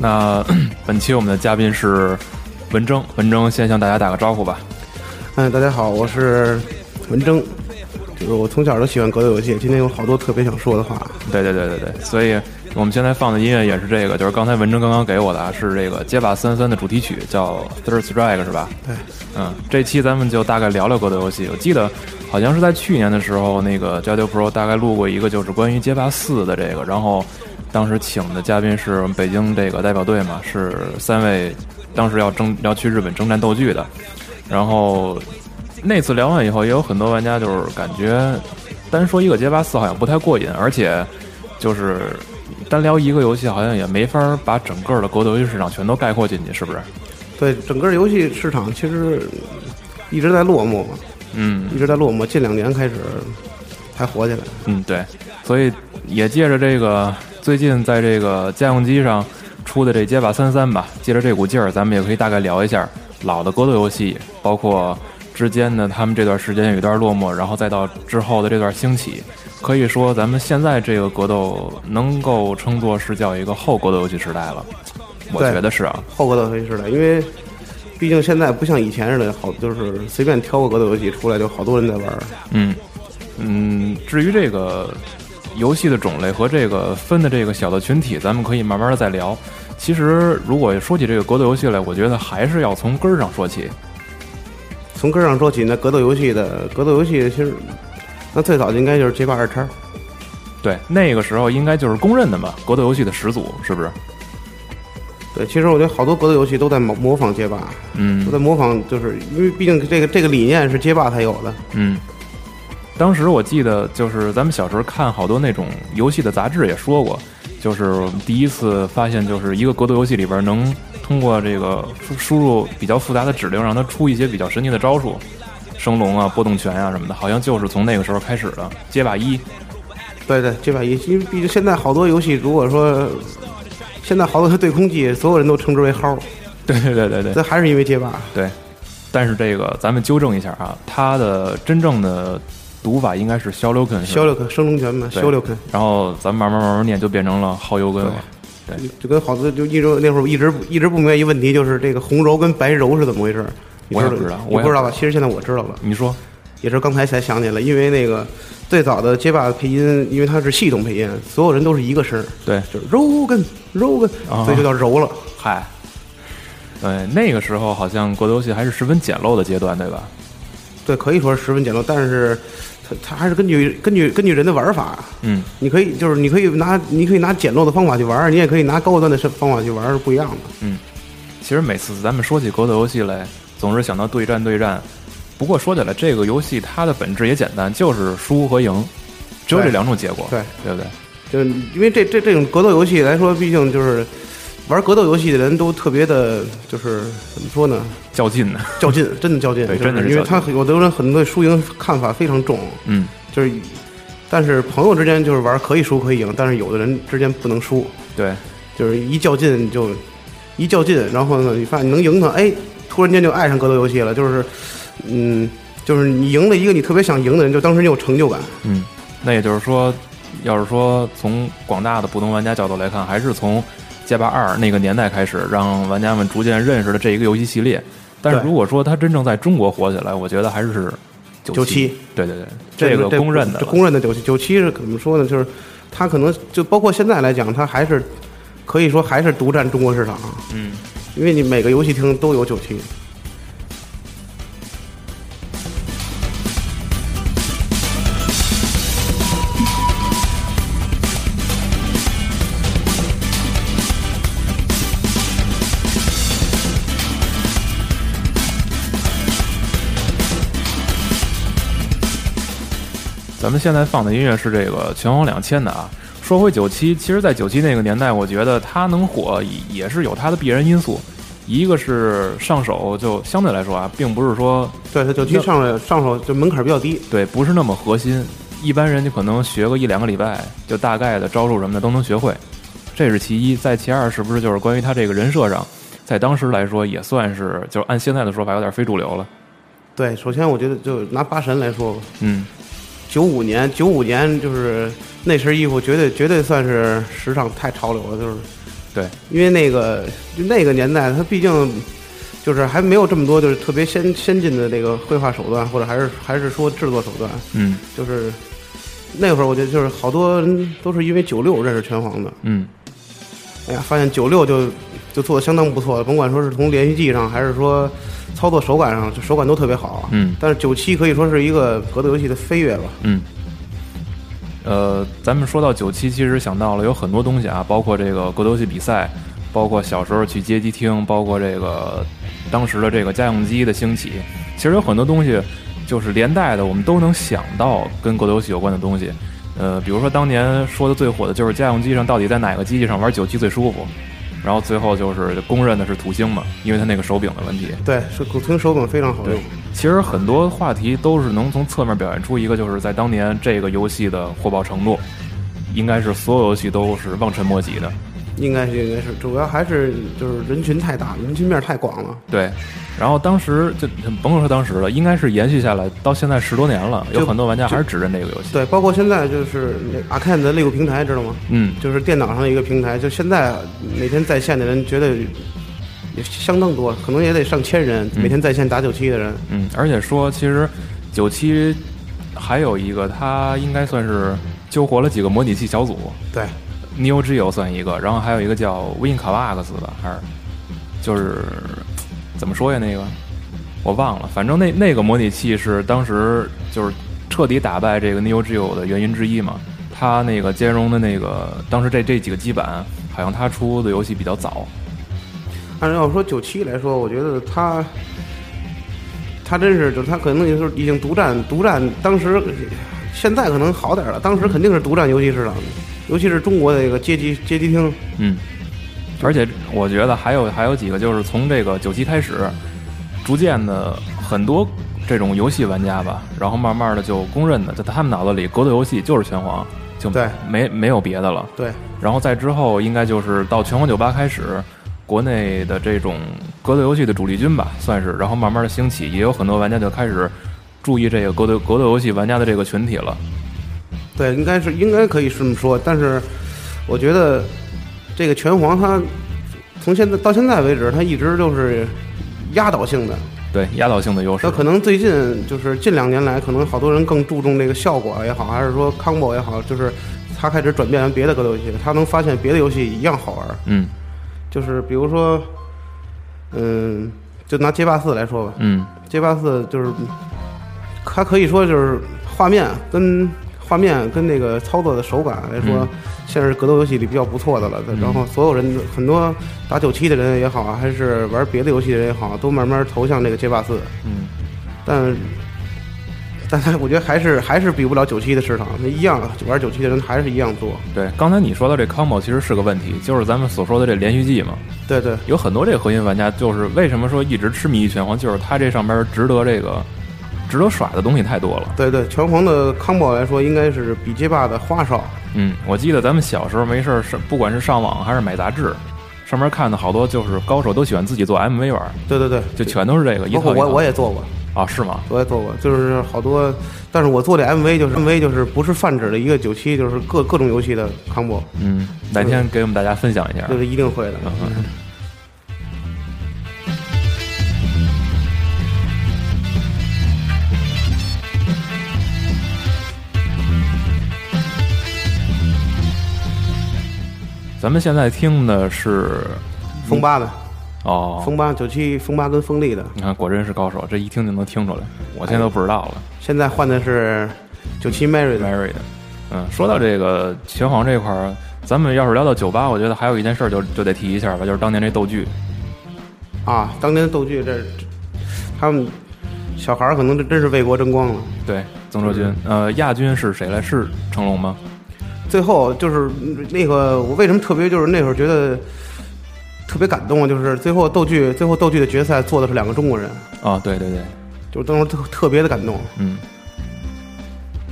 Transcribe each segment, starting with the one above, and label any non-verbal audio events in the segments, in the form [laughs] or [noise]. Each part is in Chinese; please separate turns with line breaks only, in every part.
那本期我们的嘉宾是文征，文征先向大家打个招呼吧。
嗯，大家好，我是文征，就是我从小就喜欢格斗游戏，今天有好多特别想说的话。
对对对对对，所以我们现在放的音乐也是这个，就是刚才文征刚刚给我的啊，是这个《街霸三三》的主题曲，叫《Third Strike》是吧？
对，
嗯，这期咱们就大概聊聊格斗游戏。我记得好像是在去年的时候，那个 j a d o Pro 大概录过一个就是关于《街霸四》的这个，然后当时请的嘉宾是我们北京这个代表队嘛，是三位当时要征要去日本征战斗剧的，然后那次聊完以后，也有很多玩家就是感觉单说一个街霸四好像不太过瘾，而且就是单聊一个游戏好像也没法把整个的格斗游戏市场全都概括进去，是不是？
对，整个游戏市场其实一直在落寞嘛，
嗯
一直在落寞，近两年开始才火起来。
嗯，对，所以也借着这个最近在这个家用机上出的这街霸三三吧，借着这股劲儿，咱们也可以大概聊一下老的格斗游戏，包括之间呢他们这段时间有一段落寞，然后再到之后的这段兴起，可以说咱们现在这个格斗能够称作是叫一个后格斗游戏时代了，我
对
觉得是啊，
后格斗游戏时代，因为毕竟现在不像以前似的，好就是随便挑个格斗游戏出来就好多人在玩儿。
嗯，嗯，至于这个游戏的种类和这个分的这个小的群体，咱们可以慢慢的再聊。其实，如果说起这个格斗游戏来，我觉得还是要从根儿上说起。
从根儿上说起，那格斗游戏的格斗游戏其实，那最早就应该就是街霸二叉。
对，那个时候应该就是公认的嘛，格斗游戏的始祖，是不是？
对，其实我觉得好多格斗游戏都在模模仿街霸，
嗯
都在模仿，就是因为毕竟这个这个理念是街霸才有的。
嗯。当时我记得，就是咱们小时候看好多那种游戏的杂志也说过，就是我们第一次发现，就是一个格斗游戏里边能通过这个输输入比较复杂的指令，让它出一些比较神奇的招数，升龙啊、波动拳啊什么的，好像就是从那个时候开始的。街霸一，
对对，街霸一，因为毕竟现在好多游戏，如果说现在好多对空技，所有人都称之为薅，
对对对对对
这还是因为街霸。
对。但是这个咱们纠正一下啊，它的真正的读法应该是肖六肯，是吧
削六肯，升龙拳嘛，
对
削六肯，
然后咱们慢慢慢慢念，就变成了浩优根了。
就跟好多就一直那会儿一直不一直不明白一问题，就是这个红柔跟白柔是怎么回事？你
我也
道
不知道我
你
也
不知道
不
吧？其实现在我知道了，
你说，
也是刚才才想起来，因为那个最早的街霸的配音，因为它是系统配音，所有人都是一个声儿，
对，
就是柔跟柔跟，
啊
所以就叫柔了。
嗨，对，那个时候好像格斗游戏还是十分简陋的阶段，对吧？
对，可以说是十分简陋，但是它它还是根据根据根据人的玩法，
嗯，
你可以就是你可以拿你可以拿简陋的方法去玩儿，你也可以拿高端的方法去玩儿，是不一样的。
其实每次咱们说起格斗游戏来，总是想到对战对战。不过说起来，这个游戏它的本质也简单，就是输和赢，只有
对
这两种结果，
对
对不对？
就是因为这这这种格斗游戏来说，毕竟就是玩格斗游戏的人都特别的，就是怎么说呢，
较劲呢，
较劲，真的较劲，
对
就是
真的是
因为
较
他有的人很多输赢看法非常重，
嗯，
就是。但是朋友之间就是玩可以输可以赢，但是有的人之间不能输，
对，
就是一较劲就一较劲，然后呢，你发现能赢他，哎，突然间就爱上格斗游戏了，就是，嗯，就是你赢了一个你特别想赢的人，就当时你有成就感。
嗯。那也就是说，要是说从广大的普通玩家角度来看，还是从街霸二那个年代开始，让玩家们逐渐认识了这一个游戏系列。但是
对
如果说它真正在中国火起来，我觉得还是九
97
对对对，这个公认的
这
了。
公认的九七九七是怎么说呢？就是它可能就包括现在来讲，它还是可以说还是独占中国市场。啊
嗯，
因为你每个游戏厅都有九七。
咱们现在放的音乐是这个拳皇两千的啊。说回九七，其实，在九七那个年代，我觉得它能火也也是有它的必然因素。一个是上手就相对来说啊，并不是说
对，它九七
那
上来上手就门槛比较低。
对不是那么核心，一般人就可能学个一两个礼拜，就大概的招数什么的都能学会，这是其一。在其二，是不是就是关于他这个人设上，在当时来说也算是就是按现在的说法有点非主流了。
对，首先我觉得就拿八神来说吧，
嗯，
九五年九五年就是那身衣服绝对绝对算是时尚太潮流了，就是
对，
因为那个就那个年代，它毕竟就是还没有这么多就是特别先先进的这个绘画手段，或者还是还是说制作手段，
嗯
就是那会儿我觉得就是好多人都是因为九六认识拳皇的，
嗯，
哎呀，发现九六就就做的相当不错了，甭管说是从连续技上还是说操作手感上，就手感都特别好啊。
嗯
但是九七可以说是一个格斗游戏的飞跃吧。
嗯，呃，咱们说到九七，其实想到了有很多东西啊，包括这个格斗游戏比赛，包括小时候去街机厅，包括这个当时的这个家用机的兴起，其实有很多东西就是连带的，我们都能想到跟格斗游戏有关的东西。呃，比如说当年说的最火的就是家用机上到底在哪个机器上玩九七最舒服，然后最后就是公认的是土星嘛，因为它那个手柄的问题。
对，是古村手感非常好用
对。，其实很多话题都是能从侧面表现出一个，就是在当年这个游戏的火爆程度，应该是所有游戏都是望尘莫及的。
应该是应该是，主要还是就是人群太大，人群面太广了。
对，然后当时就嗯甭说当时了，应该是延续下来到现在十多年了，有
就
很多玩家还是只认这个游戏。
对，包括现在就是那 Arcane 的类股平台，知道吗？
嗯，
就是电脑上的一个平台，就现在每天在线的人绝对也相当多，可能也得上千人，每天在线打九七的人。
嗯，而且说其实九七还有一个，它应该算是救活了几个模拟器小组
对，
，Neo Geo 算一个，然后还有一个叫 Win c a l a x 吧，还是就是怎么说呀？那个我忘了，反正那那个模拟器是当时就是彻底打败这个 Neo Geo 的原因之一嘛。它那个兼容的那个，当时这这几个基板，好像它出的游戏比较早。
按照说九七来说，我觉得他他真是就是他可能就是已经独占独占当时，现在可能好点儿了，当时肯定是独占游戏市场的，尤其是中国的这个街机街机厅。
嗯，而且我觉得还有还有几个，就是从这个九七开始，逐渐的很多这种游戏玩家吧，然后慢慢的就公认的，在他们脑子里，格斗游戏就是拳皇，就
对
没没有别的了。
对，
然后再之后，应该就是到拳皇九八开始，国内的这种格斗游戏的主力军吧，算是，然后慢慢的兴起，也有很多玩家就开始注意这个格斗格斗游戏玩家的这个群体了。
对，应该是应该可以这么说，但是我觉得这个拳皇它从现在到现在为止，它一直就是压倒性的。
对，压倒性的优势
那。可能最近就是近两年来，可能好多人更注重这个效果也好，还是说 combo 也好，就是他开始转变成别的格斗游戏，他能发现别的游戏一样好玩儿。
嗯
就是比如说，嗯，就拿街霸四来说吧，
嗯
街霸四就是它可以说就是画面跟画面跟那个操作的手感来说，
嗯
现在是格斗游戏里比较不错的了。然后所有人很多打九七的人也好，还是玩别的游戏的人也好，都慢慢投向这个街霸四。
嗯，
但但是我觉得还是还是比不了九七的市场，那一样玩九七的人还是一样多。
对，刚才你说到这 combo 其实是个问题，就是咱们所说的这连续技嘛，
对对
有很多这个核心玩家就是为什么说一直痴迷于拳皇，就是他这上边值得这个值得耍的东西太多了。
对对，拳皇的 combo 来说，应该是比街霸的花哨。
嗯，我记得咱们小时候没事儿是不管是上网还是买杂志，上面看的好多就是高手都喜欢自己做 MV 玩儿，
对对对，
就全都是这个一
包
套
括
一套
我我也做过，
啊是吗？
我也做过，就是好多，但是我做的 MV 就是 MV 就是不是泛指的一个九七，就是各各种游戏的 combo，
嗯，哪天给我们大家分享一下
这。是一定会的。
咱们现在听的是
风八的，
哦，
风八九七，风八跟风力的，
你看果真是高手，这一听就能听出来，我现在都不知道了。
现在换的是九七 Mary 的，
Mary 的，嗯，说到这个拳皇这块儿，咱们要是聊到酒吧，我觉得还有一件事儿就就得提一下吧，就是当年这斗剧，
啊，当年斗剧这，这他们小孩儿可能这真是为国争光了。
对，曾卓君，呃，亚军是谁来？是成龙吗？
最后就是嗯那个，我为什么特别就是那会儿觉得特别感动啊？就是最后斗剧，最后斗剧的决赛做的是两个中国人，
啊，对对对，
就是当时特特别的感动。
嗯，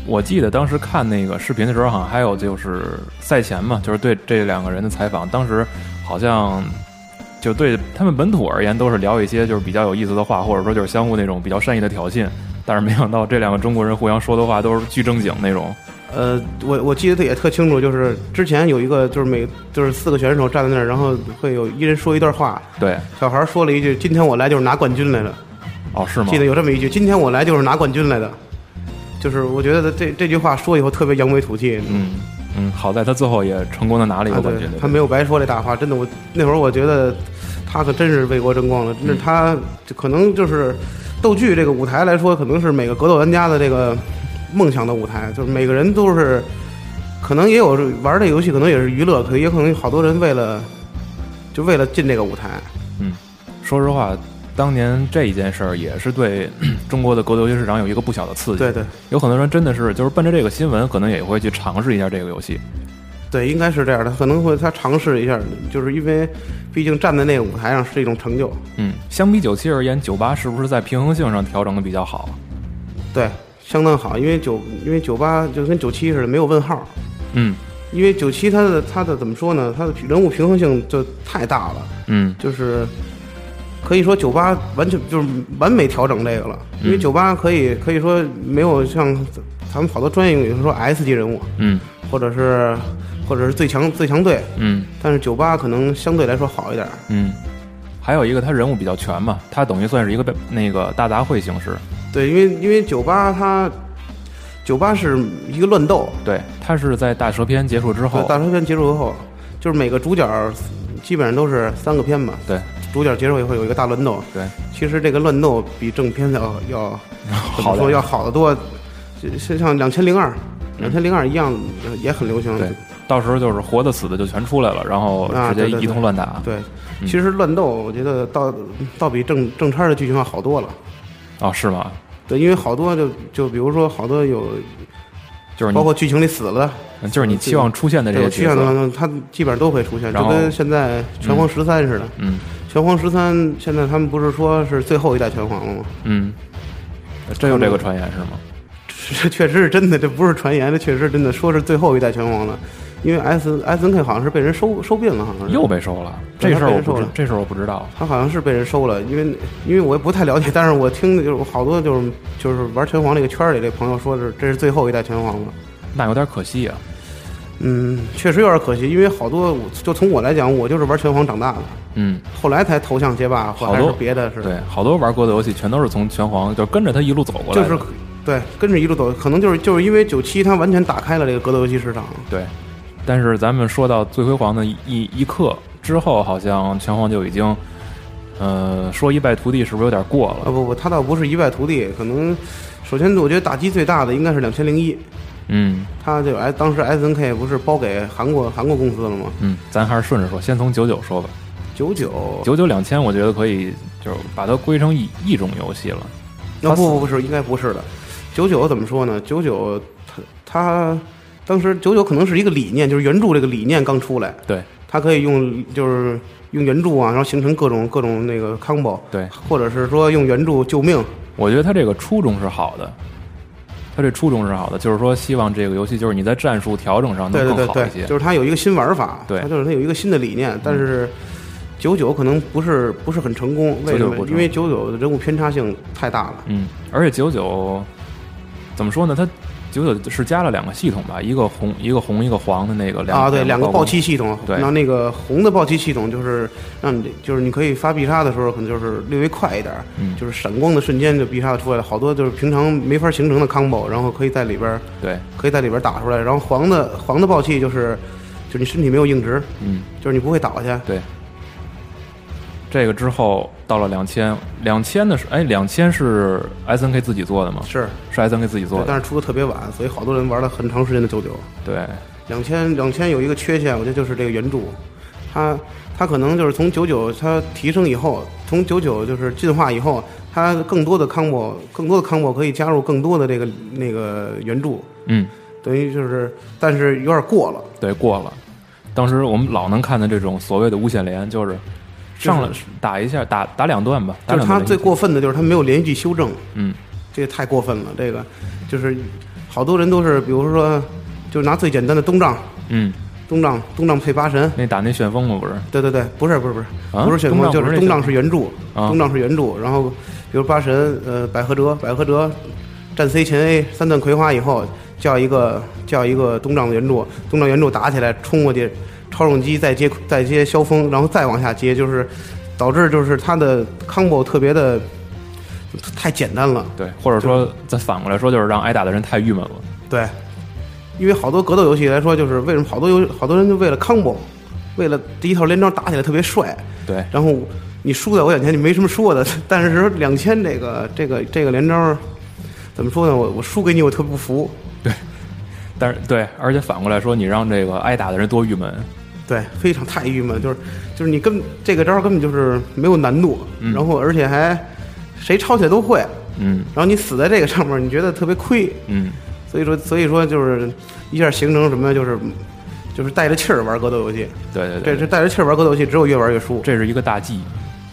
我记得当时看那个视频的时候，好像还有就是赛前嘛，就是对这两个人的采访，当时好像就对他们本土而言都是聊一些就是比较有意思的话，或者说就是相互那种比较善意的挑衅，但是没想到这两个中国人互相说的话都是巨正经那种，
呃，我我记得也特清楚，就是之前有一个就是每就是四个选手站在那儿，然后会有一人说一段话，
对，
小孩儿说了一句：“今天我来就是拿冠军来的。”
哦，是吗？
记得有这么一句：“今天我来就是拿冠军来的。”就是我觉得这这句话说以后特别扬眉吐气，
嗯嗯，好在他最后也成功的拿了一
啊对
个冠军，对
他没有白说这大话，真的，我那会儿我觉得他可真是为国争光了，真
嗯
是他就可能就是斗剧这个舞台来说，可能是每个格斗玩家的这个梦想的舞台，就是每个人都是，可能也有玩这游戏，可能也是娱乐，可能也可能有好多人为了就为了进这个舞台，
说实话，当年这一件事儿也是
[clears throat]
对中国的格斗游戏市场有一个不小的刺激。
对对
有很多人真的是就是奔着这个新闻，可能也会去尝试一下这个游戏。
对，应该是这样的，可能会他尝试一下，就是因为毕竟站在那个舞台上是一种成就，
嗯，相比九七而言，九八是不是在平衡性上调整的比较好？
对，相当好，因为九因为九八就跟九七似的，没有问号。
嗯
因为九七它的它的怎么说呢？它的人物平衡性就太大了，
嗯
就是可以说九八完全就是完美调整这个了。因为九八可以可以说没有像咱们好多专业用语说 S 级人物，
嗯
或者是或者是最强最强队，
嗯
但是九八可能相对来说好一点。
嗯。还有一个，他人物比较全嘛，他等于算是一个被那个大杂烩形式。
对，因为因为九八它九八是一个乱斗，
对，他是在大蛇篇结束之
对
后，
大长篇结束以后，就是每个主角基本上都是三个篇吧。
对
主角结束以后有一个大乱斗，
对，
其实这个乱斗比正片要要怎
好
么说
的
要好得多，就像两千零二。两千零二一样呃也很流行，
对，到时候就是活的死的就全出来了，然后
啊
直接
对对
一通乱打。
对
嗯
其实乱斗我觉得倒倒比正正片儿的剧情要好多了。
哦，是吗？
对，因为好多就就比如说好多有
就是你
包括剧情里死了，
就是你期望出现的这
对，
些
我期
角
望
色，
的它基本上都会出现，
然
就
后
跟现在拳皇十三似的。
嗯
拳皇十三现在他们不是说是最后一代拳皇了吗？
嗯，真有这个传言是吗？
这确实是真的，这不是传言，这确实是真的，说是最后一代拳皇了，因为 S S N K 好像是被人收收并了，好像是
又被收了，
对
这事儿我
他被
不
人收
知
了，
这事儿我不知道。
他好像是被人收了，因为因为我也不太了解，但是我听的就是好多就是就是玩拳皇这个圈儿里这朋友说是这是最后一代拳皇了，
那有点可惜啊。
嗯，确实有点可惜，因为好多我就从我来讲，我就是玩拳皇长大的，
嗯，
后来才投向街霸或
好
还
多
是别的是，
对，好多玩过的游戏全都是从拳皇，就跟着他一路走过来
就
的。
是对跟着一路走，可能就是就是因为九七它完全打开了这个格斗游戏市场，
对，但是咱们说到最辉煌的一一一刻之后，好像拳皇就已经，呃，说一败涂地是不是有点过
啊
了？
不不，他倒不是一败涂地，可能首先我觉得打击最大的应该是两千零一，
嗯
他这个 S 当时 S N K 不是包给韩国韩国公司了吗？
嗯，咱还是顺着说，先从九九说吧。
九九，
九九两千，我觉得可以就是把它归成一一种游戏了。
那不不不是，应该不是的。九九怎么说呢？九九他他当时九九可能是一个理念，就是原著这个理念刚出来，
对，
它可以用就是用原著啊，然后形成各种各种那个 combo，
对
或者是说用原著救命，
我觉得他这个初衷是好的，他这初衷是好的，就是说希望这个游戏就是你在战术调整上
对
能
对
更
对
好一
对，
些。
就是它有一个新玩法，
对嗯
它就是它有一个新的理念，但是九九可能不是不是很成功，为什
99
么
不？成
因为九九人物偏差性太大了。
嗯，而且九九怎么说呢？它九九是加了两个系统吧，一个红一个红一个黄的那个两
啊，对，两
两
个
暴
爆气系统，
对
然后那个红的爆气系统就是让你就是你可以发必杀的时候，可能就是略微快一点，
嗯
就是闪光的瞬间就必杀出来了，好多就是平常没法形成的 combo，然后可以在里边儿
对，
可以在里边儿打出来。然后黄的黄的爆气就是就是你身体没有硬直，
嗯，
就是你不会倒下，
对。这个之后到了两千，两千的是哎，两千是 S N K 自己做的吗？
是，
是 S N K 自己做的
但。是出的特别晚，所以好多人玩了很长时间的九九。
对，
两千两千有一个缺陷，我觉得就是这个原著，它它可能就是从九九它提升以后，从九九就是进化以后，它更多的 combo 更多的 combo 可以加入更多的这个那个原著，
嗯，
等于就是但是有点过了，
对，过了。当时我们老能看见这种所谓的无限连，就是上来打一下，打打两段吧，打
就是
两
它
段
最过分的就是它没有连续剧修正，
嗯，
这个太过分了，这个就是好多人都是比如说就是拿最简单的东丈
嗯，
东丈东丈配八神，
那打那旋风嘛不是？
对对对，不是不是不是、
啊
不是旋
东
风，
丈
就
不是
是
那
东
旋
丈
风
是原著，
啊
东丈是原著。然后比如八神，呃，百合哲，百合哲战 C 擒 A 三段葵花以后，叫一个叫一个东丈的原著，东丈原著打起来冲过去，超重击再接再接萧峰，然后再往下接，就是导致就是他的 combo 特别的太简单了，
对，或者说再反过来说，就是让挨打的人太郁闷了。
对。因为好多格斗游戏来说，就是为什么好多游好多人就为了 combo，为了第一套连招打起来特别帅，
对，
然后你输在我眼前，你没什么说的。 [laughs] 但是两千这个这个这个连招儿，怎么说呢？我我输给你，我特不服。
但是对，而且反过来说，你让这个挨打的人多郁闷。
对，非常太郁闷，就是就是你根这个招儿根本就是没有难度，然后而且还谁抄起来都会，
嗯
然后你死在这个上面，你觉得特别亏。
嗯，
所以说所以说就是一下形成什么就是就是带着气儿玩格斗游戏，
对对对，
这这带着气儿玩格斗游戏，只有越玩越输。
这是一个大忌，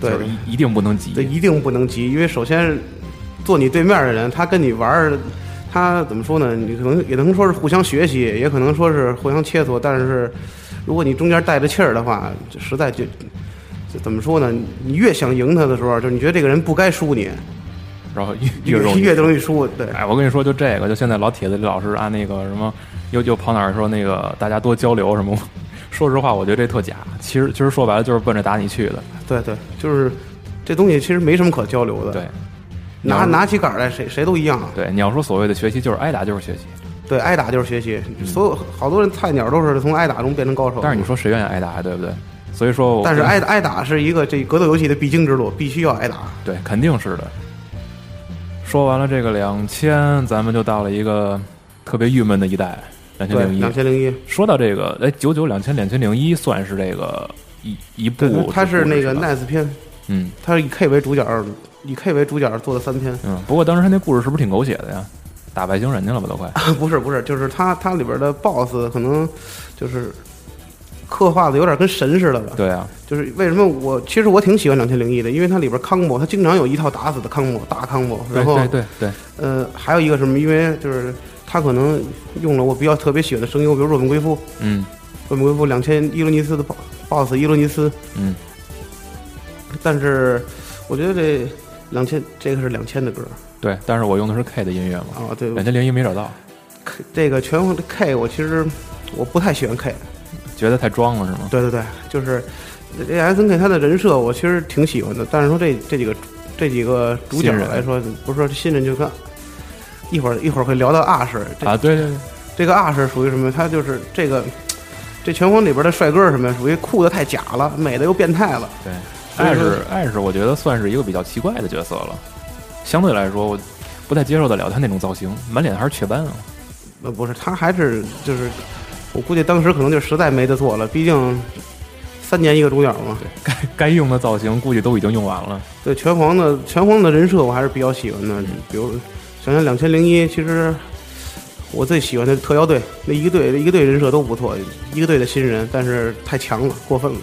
对
就是一一定不能急。
这一定不能急，因为首先坐你对面的人，他跟你玩儿，他怎么说呢？你可能也能说是互相学习，也可能说是互相切磋，但是如果你中间带着气儿的话，就实在就就怎么说呢？你越想赢他的时候，就是你觉得这个人不该输你，
然后越
越
越容易
[laughs] 越容易输。对，
哎，我跟你说，就这个，就现在老帖子里老是按那个什么，又又跑哪儿说那个大家多交流什么。 [laughs] 说实话，我觉得这特假。其实其实说白了就是奔着打你去的。
对对，就是这东西其实没什么可交流的。
对
拿拿起杆儿来，谁谁都一样。
对，你要说所谓的学习，就是挨打就是学习。
对，挨打就是学习，所有好多人菜鸟都是从挨打中变成高手。
但是你说谁愿意挨打呀，对不对？所以说我，
但是挨挨打是一个这格斗游戏的必经之路，必须要挨打。
对，肯定是的。说完了这个两千，咱们就到了一个特别郁闷的一代，两千
对，
零一
两。千零一，
说到这个，哎，九九、两千、两千零一算是这个一一
对
部，，
它是那个 E
那
NICE 篇，
嗯
它是以 K 为主角，以 K 为主角做的三
[laughs]
篇。
嗯。不过当时他那故事是不是挺狗血的呀？打外星人去了吧，都 [laughs] 快。
不是不是，就是它它里边的 BOSS 可能就是刻画的有点跟神似的了。
对啊，
就是为什么我其实我挺喜欢两千零一的，因为它里边 combo 它经常有一套打死的 combo 大 combo，
对
然后
对对对，
呃还有一个什么，因为就是它可能用了我比较特别喜欢的声优，比如若本归夫，
嗯
若本归夫两千伊洛尼斯的 BOSS 伊洛尼斯，
嗯，
但是我觉得这两千这个是两千的歌
对。但是我用的是 K 的音乐嘛，
啊，对
两千零一没找到，
，K- 这个拳皇的 K 我其实我不太喜欢 K，
觉得太装了是吗？
对对对，就是这 S N K 他的人设我其实挺喜欢的，但是说这这几个这几个主角
新人
来说，不是说新人就看。一会儿一会儿会聊到 Ash，这、
啊，对对对，
这个 Ash 属于什么？他就是这个这拳皇里边的帅哥是什么呀？属于酷的太假了，美的又变态了。
对，
所以
艾
说
是艾是，我觉得算是一个比较奇怪的角色了。相对来说，我不太接受得了他那种造型，满脸还是雀斑啊。
呃，不是，他还是就是，我估计当时可能就实在没得做了，毕竟三年一个主角嘛。
该 [laughs] 该用的造型估计都已经用完了。
对拳皇的拳皇的人设我还是比较喜欢
嗯
的，比如想想两千零一，其实我最喜欢的特邀队那一个队一个队人设都不错，一个队的新人，但是太强了，过分了。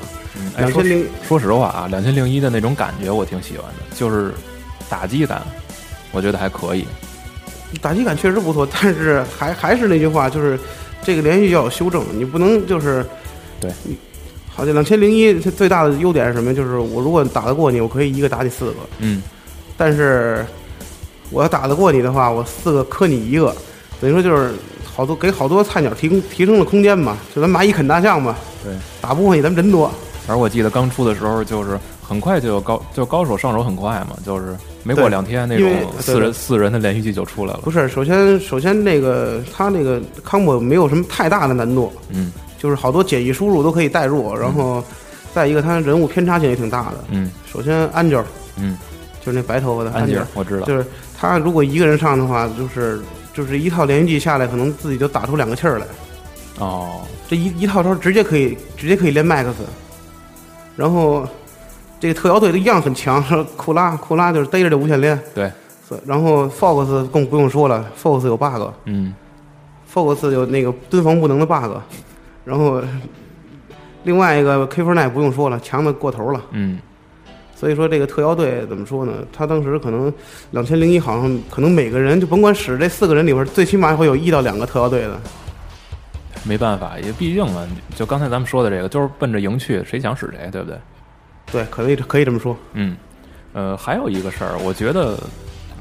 哎，
两
说
千零
说实话啊，两千零一的那种感觉我挺喜欢的，就是打击感，我觉得还可以。
打击感确实不错，但是还还是那句话，就是这个连续要有修正，你不能就是
对
你。好像两千零一它最大的优点是什么？就是我如果打得过你，我可以一个打你四个，
嗯，
但是我要打得过你的话，我四个磕你一个，等于说就是好多给好多菜鸟提供提升了空间嘛，就咱蚂蚁啃大象嘛，
对。
打不过你咱们人多，
而我记得刚出的时候，就是很快就有高，就高手上手很快嘛，就是没过
对
两天那
因为
种四
对对
人四人的连续剧就出来了
不。是，首先首先那个它那个 combo 没有什么太大的难度，
嗯
就是好多简易输入都可以代入，然后再一个它人物偏差性也挺大的。
嗯
首先安吉尔
嗯，
就是那白头发的
安
吉
吉
尔
尔，我知道，
就是他如果一个人上的话，就是就是一套连续剧下来，可能自己就打出两个气儿来。
哦，
这一一套招直接可以直接可以连 max，然后这个特邀队一样很强， [laughs] 库拉库拉就是逮着就无限连，
对，
然后 Fox 更不用说了，Fox 有 bug。
嗯
Fox 有那个蹲防不能的 bug，然后另外一个 K 4 n 不用说了，强的过头了。
嗯，
所以说这个特邀队怎么说呢？他当时可能两千零一好像可能每个人就甭管使这四个人里边，最起码会有一到两个特邀队的。
没办法，也毕竟嘛，就刚才咱们说的这个，就是奔着赢去，谁想使谁，对不对？
对，可以可以这么说。
嗯，呃，还有一个事儿，我觉得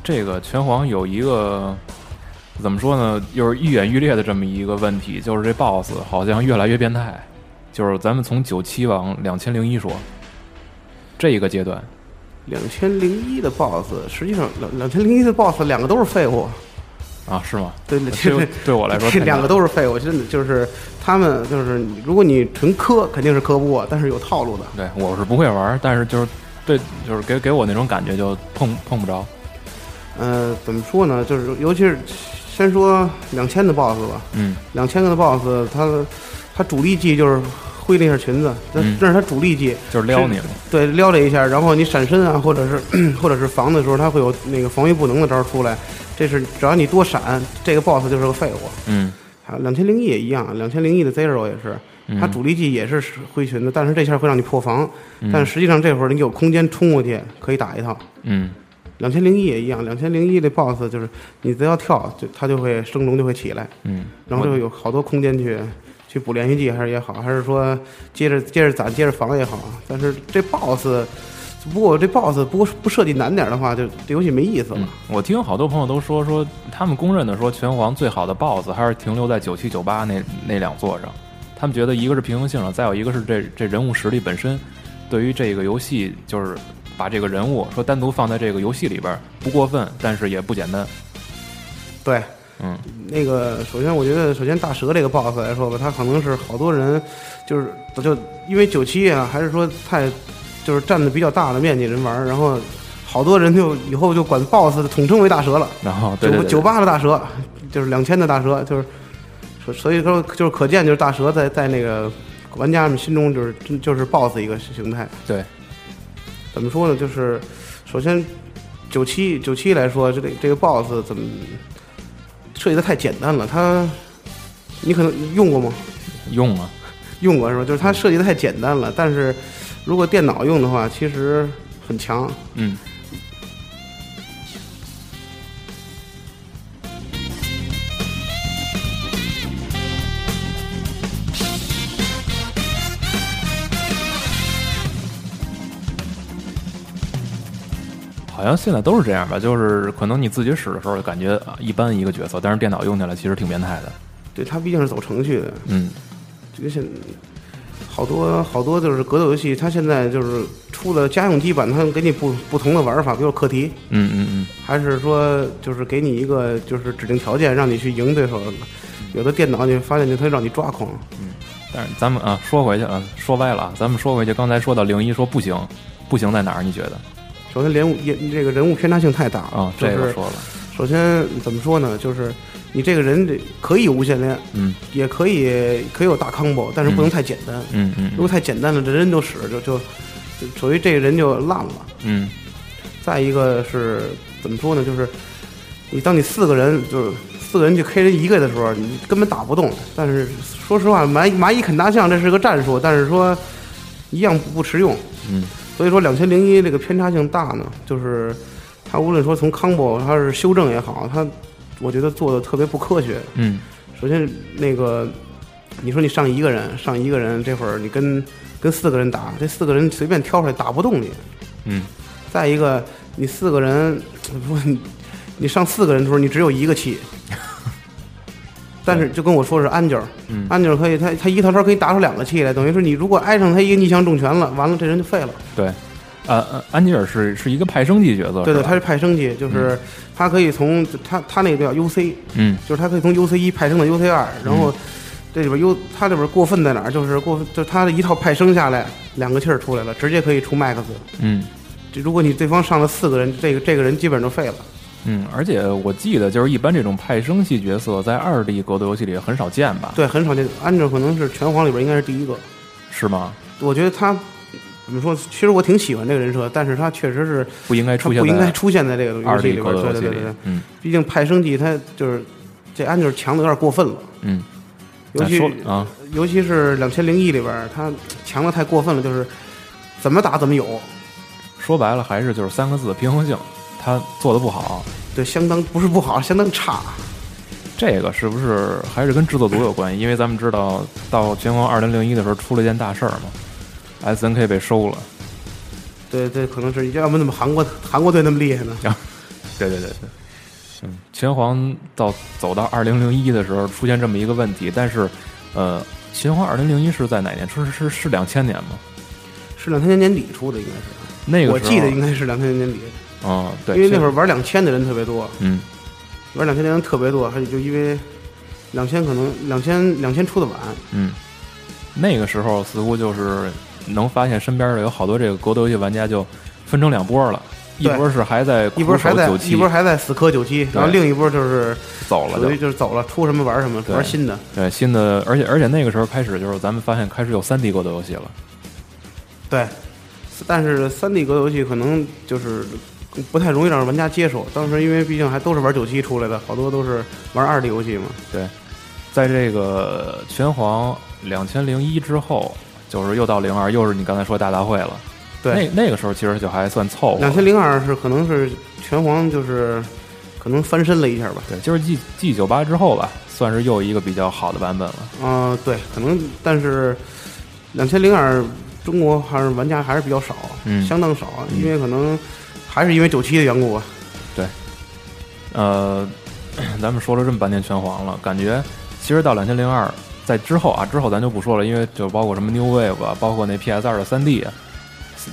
这个拳皇有一个怎么说呢，就是愈演愈烈的这么一个问题，就是这 BOSS 好像越来越变态。就是咱们从九七往两千零一说，这一个阶段，
两千零一的 BOSS，实际上两两千零一的 BOSS 两个都是废物。
啊，是吗？
对
这个对
[laughs]
我来说
这
太难
两个都是废物，真的就是他们就是你，如果你纯磕肯定是磕不过，但是有套路的。
对我是不会玩儿，但是就是对，就是给给我那种感觉就碰碰不着。
呃，怎么说呢？就是尤其是先说两千的 BOSS 吧，
嗯
两千个的 BOSS，他他主力技就是挥了一下裙子，那
嗯
这是他主力技，
就是撩你嘛。
对，撩了一下，然后你闪身啊，或者是 [clears throat] 或者是防的时候，他会有那个防御不能的招出来，这是只要你多闪，这个 BOSS 就是个废物。
嗯
还有两千零一也一样，两千零一的 Zero 也是，
嗯
他主力技也是挥裙子，但是这下会让你破防，
嗯
但实际上这会儿你有空间冲过去可以打一套。
嗯
两千零一也一样，两千零一的 BOSS 就是你只要跳，就它就会升龙就会起来，
嗯，
然后就有好多空间去去补连续技，还是也好，还是说接着接着攒接着防也好。但是这 BOSS，不过这 BOSS 不过不设计难点的话，就这游戏没意思了。
嗯，我听好多朋友都说说，他们公认的说拳皇最好的 BOSS 还是停留在九七九八那那两座上。他们觉得一个是平衡性上，再有一个是这这人物实力本身，对于这个游戏就是把这个人物说单独放在这个游戏里边儿不过分，但是也不简单。
对，
嗯
那个，首先我觉得，首先大蛇这个 boss 来说吧，他可能是好多人，就是就因为九七啊，还是说太就是占的比较大的面积人玩儿，然后好多人就以后就管 boss 统称为大蛇了，
然后对
九
对对
九八的大蛇，就是两千的大蛇，就是所所以说就是可见就是大蛇在在那个玩家们心中就是真就是 boss 一个形态。
对，
怎么说呢？就是首先九七九七来说，这个这个 BOSS 怎么设计的太简单了？它你可能用过吗？
用啊，
用过是吧？就是它设计的太简单了，但是如果电脑用的话，其实很强。
嗯好像现在都是这样吧，就是可能你自己使的时候感觉啊一般一个角色，但是电脑用起来其实挺变态的。
对，它毕竟是走程序的，
嗯，
这个现好多好多就是格斗游戏，它现在就是出了家用机版，它给你不不同的玩法，比如课题，
嗯嗯嗯，
还是说就是给你一个就是指定条件，让你去赢对手。有的电脑你发现就它让你抓狂，
但是咱们啊说回去啊，说歪了啊，咱们说回去，刚才说到零一说不行，不行在哪儿？你觉得
首先人物也这个人物偏差性太大了
啊、
就
这个
是
说了，
首先怎么说呢？就是你这个人得可以有无限连，
嗯
也可以可以有大 combo，但是不能
嗯
太简单。
嗯嗯
如
嗯
果太简单了，这人就使就就就属于这个人就烂了。
嗯
再一个是怎么说呢？就是你当你四个人就是四个人去 K 人一个的时候，你根本打不动。但是说实话，蚂蚁蚂蚁啃大象这是个战术，但是说一样不不实用。
嗯，
所以说两千零一这个偏差性大呢，就是它无论说从 combo 它是修正也好，它我觉得做的特别不科学。
嗯
首先那个你说你上一个人上一个人，这会儿你跟跟四个人打，这四个人随便挑出来打不动你。
嗯，
再一个，你四个人，不，你你上四个人的时候，你只有一个气。但是就跟我说是安吉儿，安吉儿可以，他他一套招可以打出两个气来，等于是你如果挨上他一个逆向重拳了，完了这人就废了。
对，呃，呃安吉尔是是一个派生级角色，
对对，
是吧
他是派升级，就是他可以从他他那个叫 UC，
嗯
就是他可以从 UC 一派生到 UC 二，然后这里边 U 它里边过分在哪儿？就是过分，就是他的一套派生下来，两个气儿出来了，直接可以出 max。
嗯
这如果你对方上了四个人，这个这个人基本就废了。
嗯，而且我记得就是一般这种派生系角色在二 D 格斗游戏里很少见吧？
对，很少见。安哲可能是拳皇里边应该是第一个。
是吗？
我觉得他怎么说？其实我挺喜欢这个人设，但是他确实是
不应该
他
出
不
现
应该
在
出现在这个游
二
戏
D
里
格
边。
斗
对对
游戏
对
里
对，。
嗯
毕竟派升级他就是这安哲强的有点过分了，
嗯，
尤
那
其
说了啊，
尤其是两千零一里边儿，他强的太过分了，就是怎么打怎么有，
说白了还是就是三个字平衡性，他做的不好，
对，相当不是不好，相当差。
这个是不是还是跟制作组有关系？因为咱们知道，到《拳皇二零零一》的时候出了一件大事儿嘛，S N K 被收了。
对对，可能是要不怎么韩国韩国队那么厉害呢？
对对对对，嗯，拳皇到走到二零零一的时候出现这么一个问题，但是，呃，拳皇二零零一是在哪年？是是是两千年吗？
是两千年年底出的，应该是，
那个
我
时候
记得应该是两千年年底，
嗯，对，
因为那会
儿
儿玩两千的人特别多，
嗯
玩两千的人特别多，还有就因为两千可能两千两千出的晚，
嗯，那个时候似乎就是能发现身边的有好多这个格斗游戏玩家就分成两波了。一
对
波是还在
一波还在
苦守九七
一波还在死磕九七，然后另一波就是
走了
属于
就，
就是走了，出什么玩什么，
对
玩新的。
对新的，而且而且那个时候开始就是咱们发现开始有三 D 格斗游戏了，
对，但是三 D 格斗游戏可能就是不太容易让玩家接受。当时因为毕竟还都是玩九七出来的，好多都是玩二 D 游戏嘛。
对，在这个拳皇两千零一之后，就是又到零二，又是你刚才说大杂烩了。
对，
那那个时候其实就还算凑合
两
了。
千零二是可能是拳皇就是可能翻身了一下吧。
对，就是 G G 九八之后吧，算是又一个比较好的版本了。
嗯、对，可能但是两千零二中国还是玩家还是比较少，
嗯
相当少，因为可能还是因为九七的缘故吧。
呃，咱们说了这么半天拳皇了，感觉其实到两千零二在之后啊，之后咱就不说了，因为就包括什么 New Wave 啊，包括那 PS 二的三 D 啊，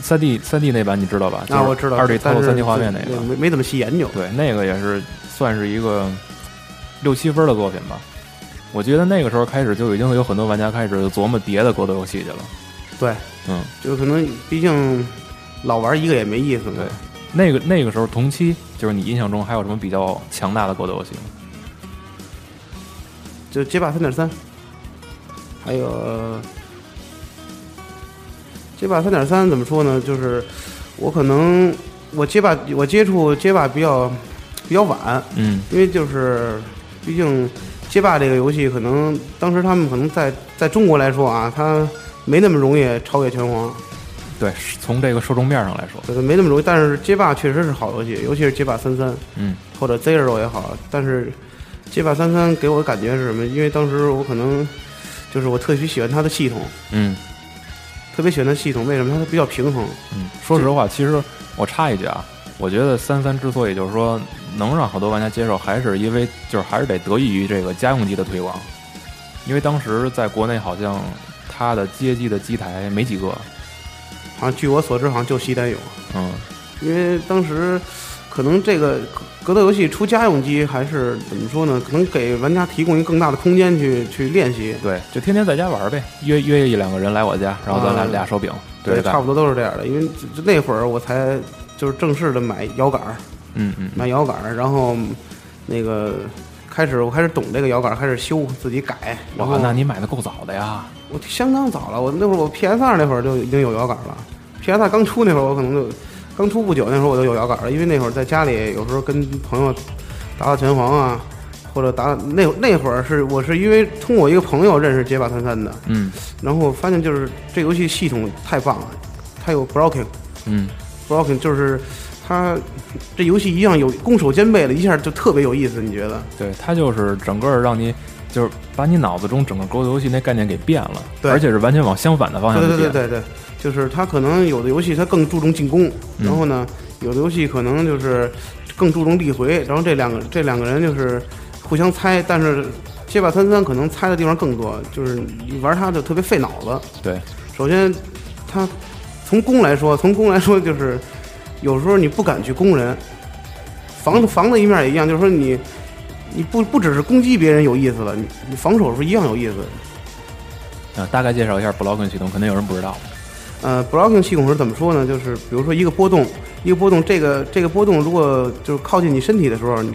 三 D 三 D 那版你知道吧？
那、啊我知道，
二 D 操
但
作
是
三 D 画面那个
对，没没怎么细研究。
对，那个也是算是一个六七分的作品吧。我觉得那个时候开始就已经有很多玩家开始琢磨别的格斗游戏去了。
对，
嗯，
就是可能毕竟老玩一个也没意思嘛。
对那个那个时候同期，就是你印象中还有什么比较强大的格斗游戏吗？
就街霸三点三，还有呃街霸三点三怎么说呢？就是我可能我街霸我接触街霸比较比较晚，
嗯
因为就是毕竟街霸这个游戏，可能当时他们可能在在中国来说啊，它没那么容易超越拳皇，
对，是从这个受众面上来说，
对，没那么容易。但是街霸确实是好游戏，尤其是街霸三三。
嗯
或者 Zero 也好，但是街霸三三给我的感觉是什么？因为当时我可能就是我特别喜欢它的系统，
嗯
特别喜欢它系统，为什么？它比较平衡。
嗯。说实话，其实我插一句啊，我觉得三三之所以就是说能让好多玩家接受，还是因为就是还是得得益于这个家用机的推广，因为当时在国内好像它的街机的机台没几个，
好像据我所知，好像就西单有，
嗯。
因为当时可能这个格斗游戏出家用机还是怎么说呢？可能给玩家提供一个更大的空间去去练习。
对，就天天在家玩呗，约约一两个人来我家，然后咱俩、
啊
俩手柄对
对，
着干
差不多都是这样的。因为就就那会儿我才就是正式的买摇杆儿，
嗯嗯，嗯
买摇杆儿，然后那个开始我开始懂这个摇杆儿，开始修自己改。然
哇
后，
那你买的够早的呀，
我相当早了，我那会儿我 PS 二那会儿就已经有摇杆了。PS 二刚出那会儿，我可能就刚出不久，那会儿我就有摇杆了，因为那会儿在家里有时候跟朋友打打拳皇啊，或者打那那会儿是我是因为通过一个朋友认识街霸三三的，
嗯
然后我发现就是这游戏系统太棒了，它有 blocking
嗯，
blocking 就是它这游戏一样有攻守兼备了，一下就特别有意思，你觉得？
对，它就是整个让你就是把你脑子中整个格斗游戏那概念给变了，
对
而且是完全往相反的方向
对
去
对
变。
对对对，就是它可能有的游戏它更注重进攻，
嗯
然后呢，有的游戏可能就是更注重力回，然后这两个这两个人就是互相猜，但是街霸三三可能猜的地方更多，就是你玩它就特别费脑子。
对
首先，它从攻来说，从攻来说就是有时候你不敢去攻人，防防的一面也一样，就是说你你不不只是攻击别人有意思了，你你防守是一样有意思的。
啊，大概介绍一下 blocking 系统，肯定有人不知道。
呃，blocking 系统是怎么说呢？就是比如说一个波动，一个波动，这个这个波动如果就是靠近你身体的时候，你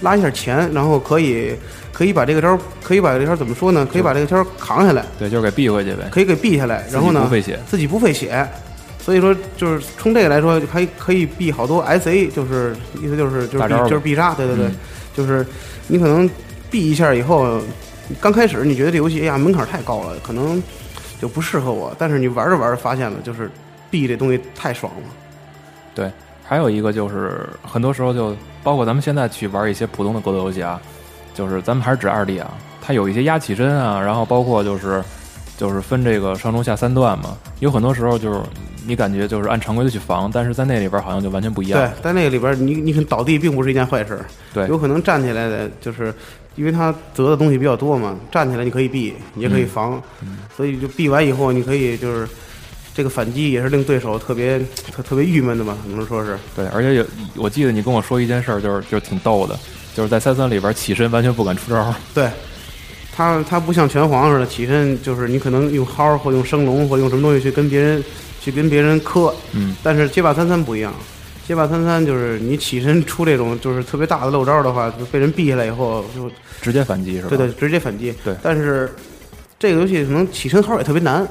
拉一下前，然后可以可以把这个招儿，可以把这个招儿怎么说呢？可以把这个招儿扛下来，
对，就是给避回去呗。
可以给避下来，然后呢，
自己不费血
自己不费血。所以说，就是从这个来说，还可以避好多 SA，就是意思就是就是
大
避
招儿呗
就是必杀，对对对，
嗯
就是你可能避一下以后，刚开始你觉得这游戏哎呀门槛太高了，可能就不适合我，但是你玩着玩着发现了，就是避这东西太爽了。
对，还有一个就是很多时候就包括咱们现在去玩一些普通的格斗游戏啊，就是咱们还是指二 D 啊，它有一些压起身啊，然后包括就是就是分这个上中下三段嘛，有很多时候就是你感觉就是按常规的去防，但是在那里边好像就完全不一样
对。，在那个里边儿，你你可能倒地并不是一件坏事，
对
有可能站起来的，就是因为它得的东西比较多嘛，站起来你可以避，你也可
嗯
以防，所以就避完以后，你可以就是这个反击也是令对手特别特特别郁闷的吧，可能说是，
对而且有我记得你跟我说一件事儿，就是就是挺逗的，就是在三三里边起身完全不敢出招。
对，它它不像拳皇似的起身，就是你可能用薅或用升龙或用什么东西去跟别人去跟别人磕，
嗯，
但是街霸三三不一样。街霸三三就是你起身出这种就是特别大的漏招的话，就被人避下来以后就
直接反击是吧？
对对，直接反击。
对
但是这个游戏可能起身号也特别难，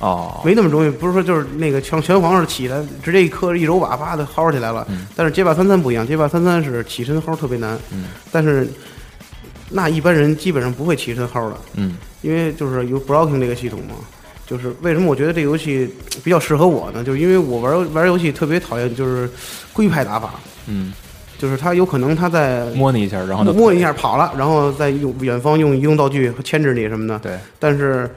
哦，
没那么容易。不是说就是那个拳拳皇是起来直接一磕一揉把啪的薅起来了，
嗯
但是街霸三三不一样，街霸三三是起身薅特别难，但是那一般人基本上不会起身薅的，
嗯，
因为就是有 blocking 这个系统嘛。就是为什么我觉得这游戏比较适合我呢？就是因为我玩玩游戏特别讨厌就是龟派打法，
嗯，
就是它有可能它在
摸你一下，然后就
摸你一下跑了，然后再用远方用移动道具牵制你什么的。
对，
但是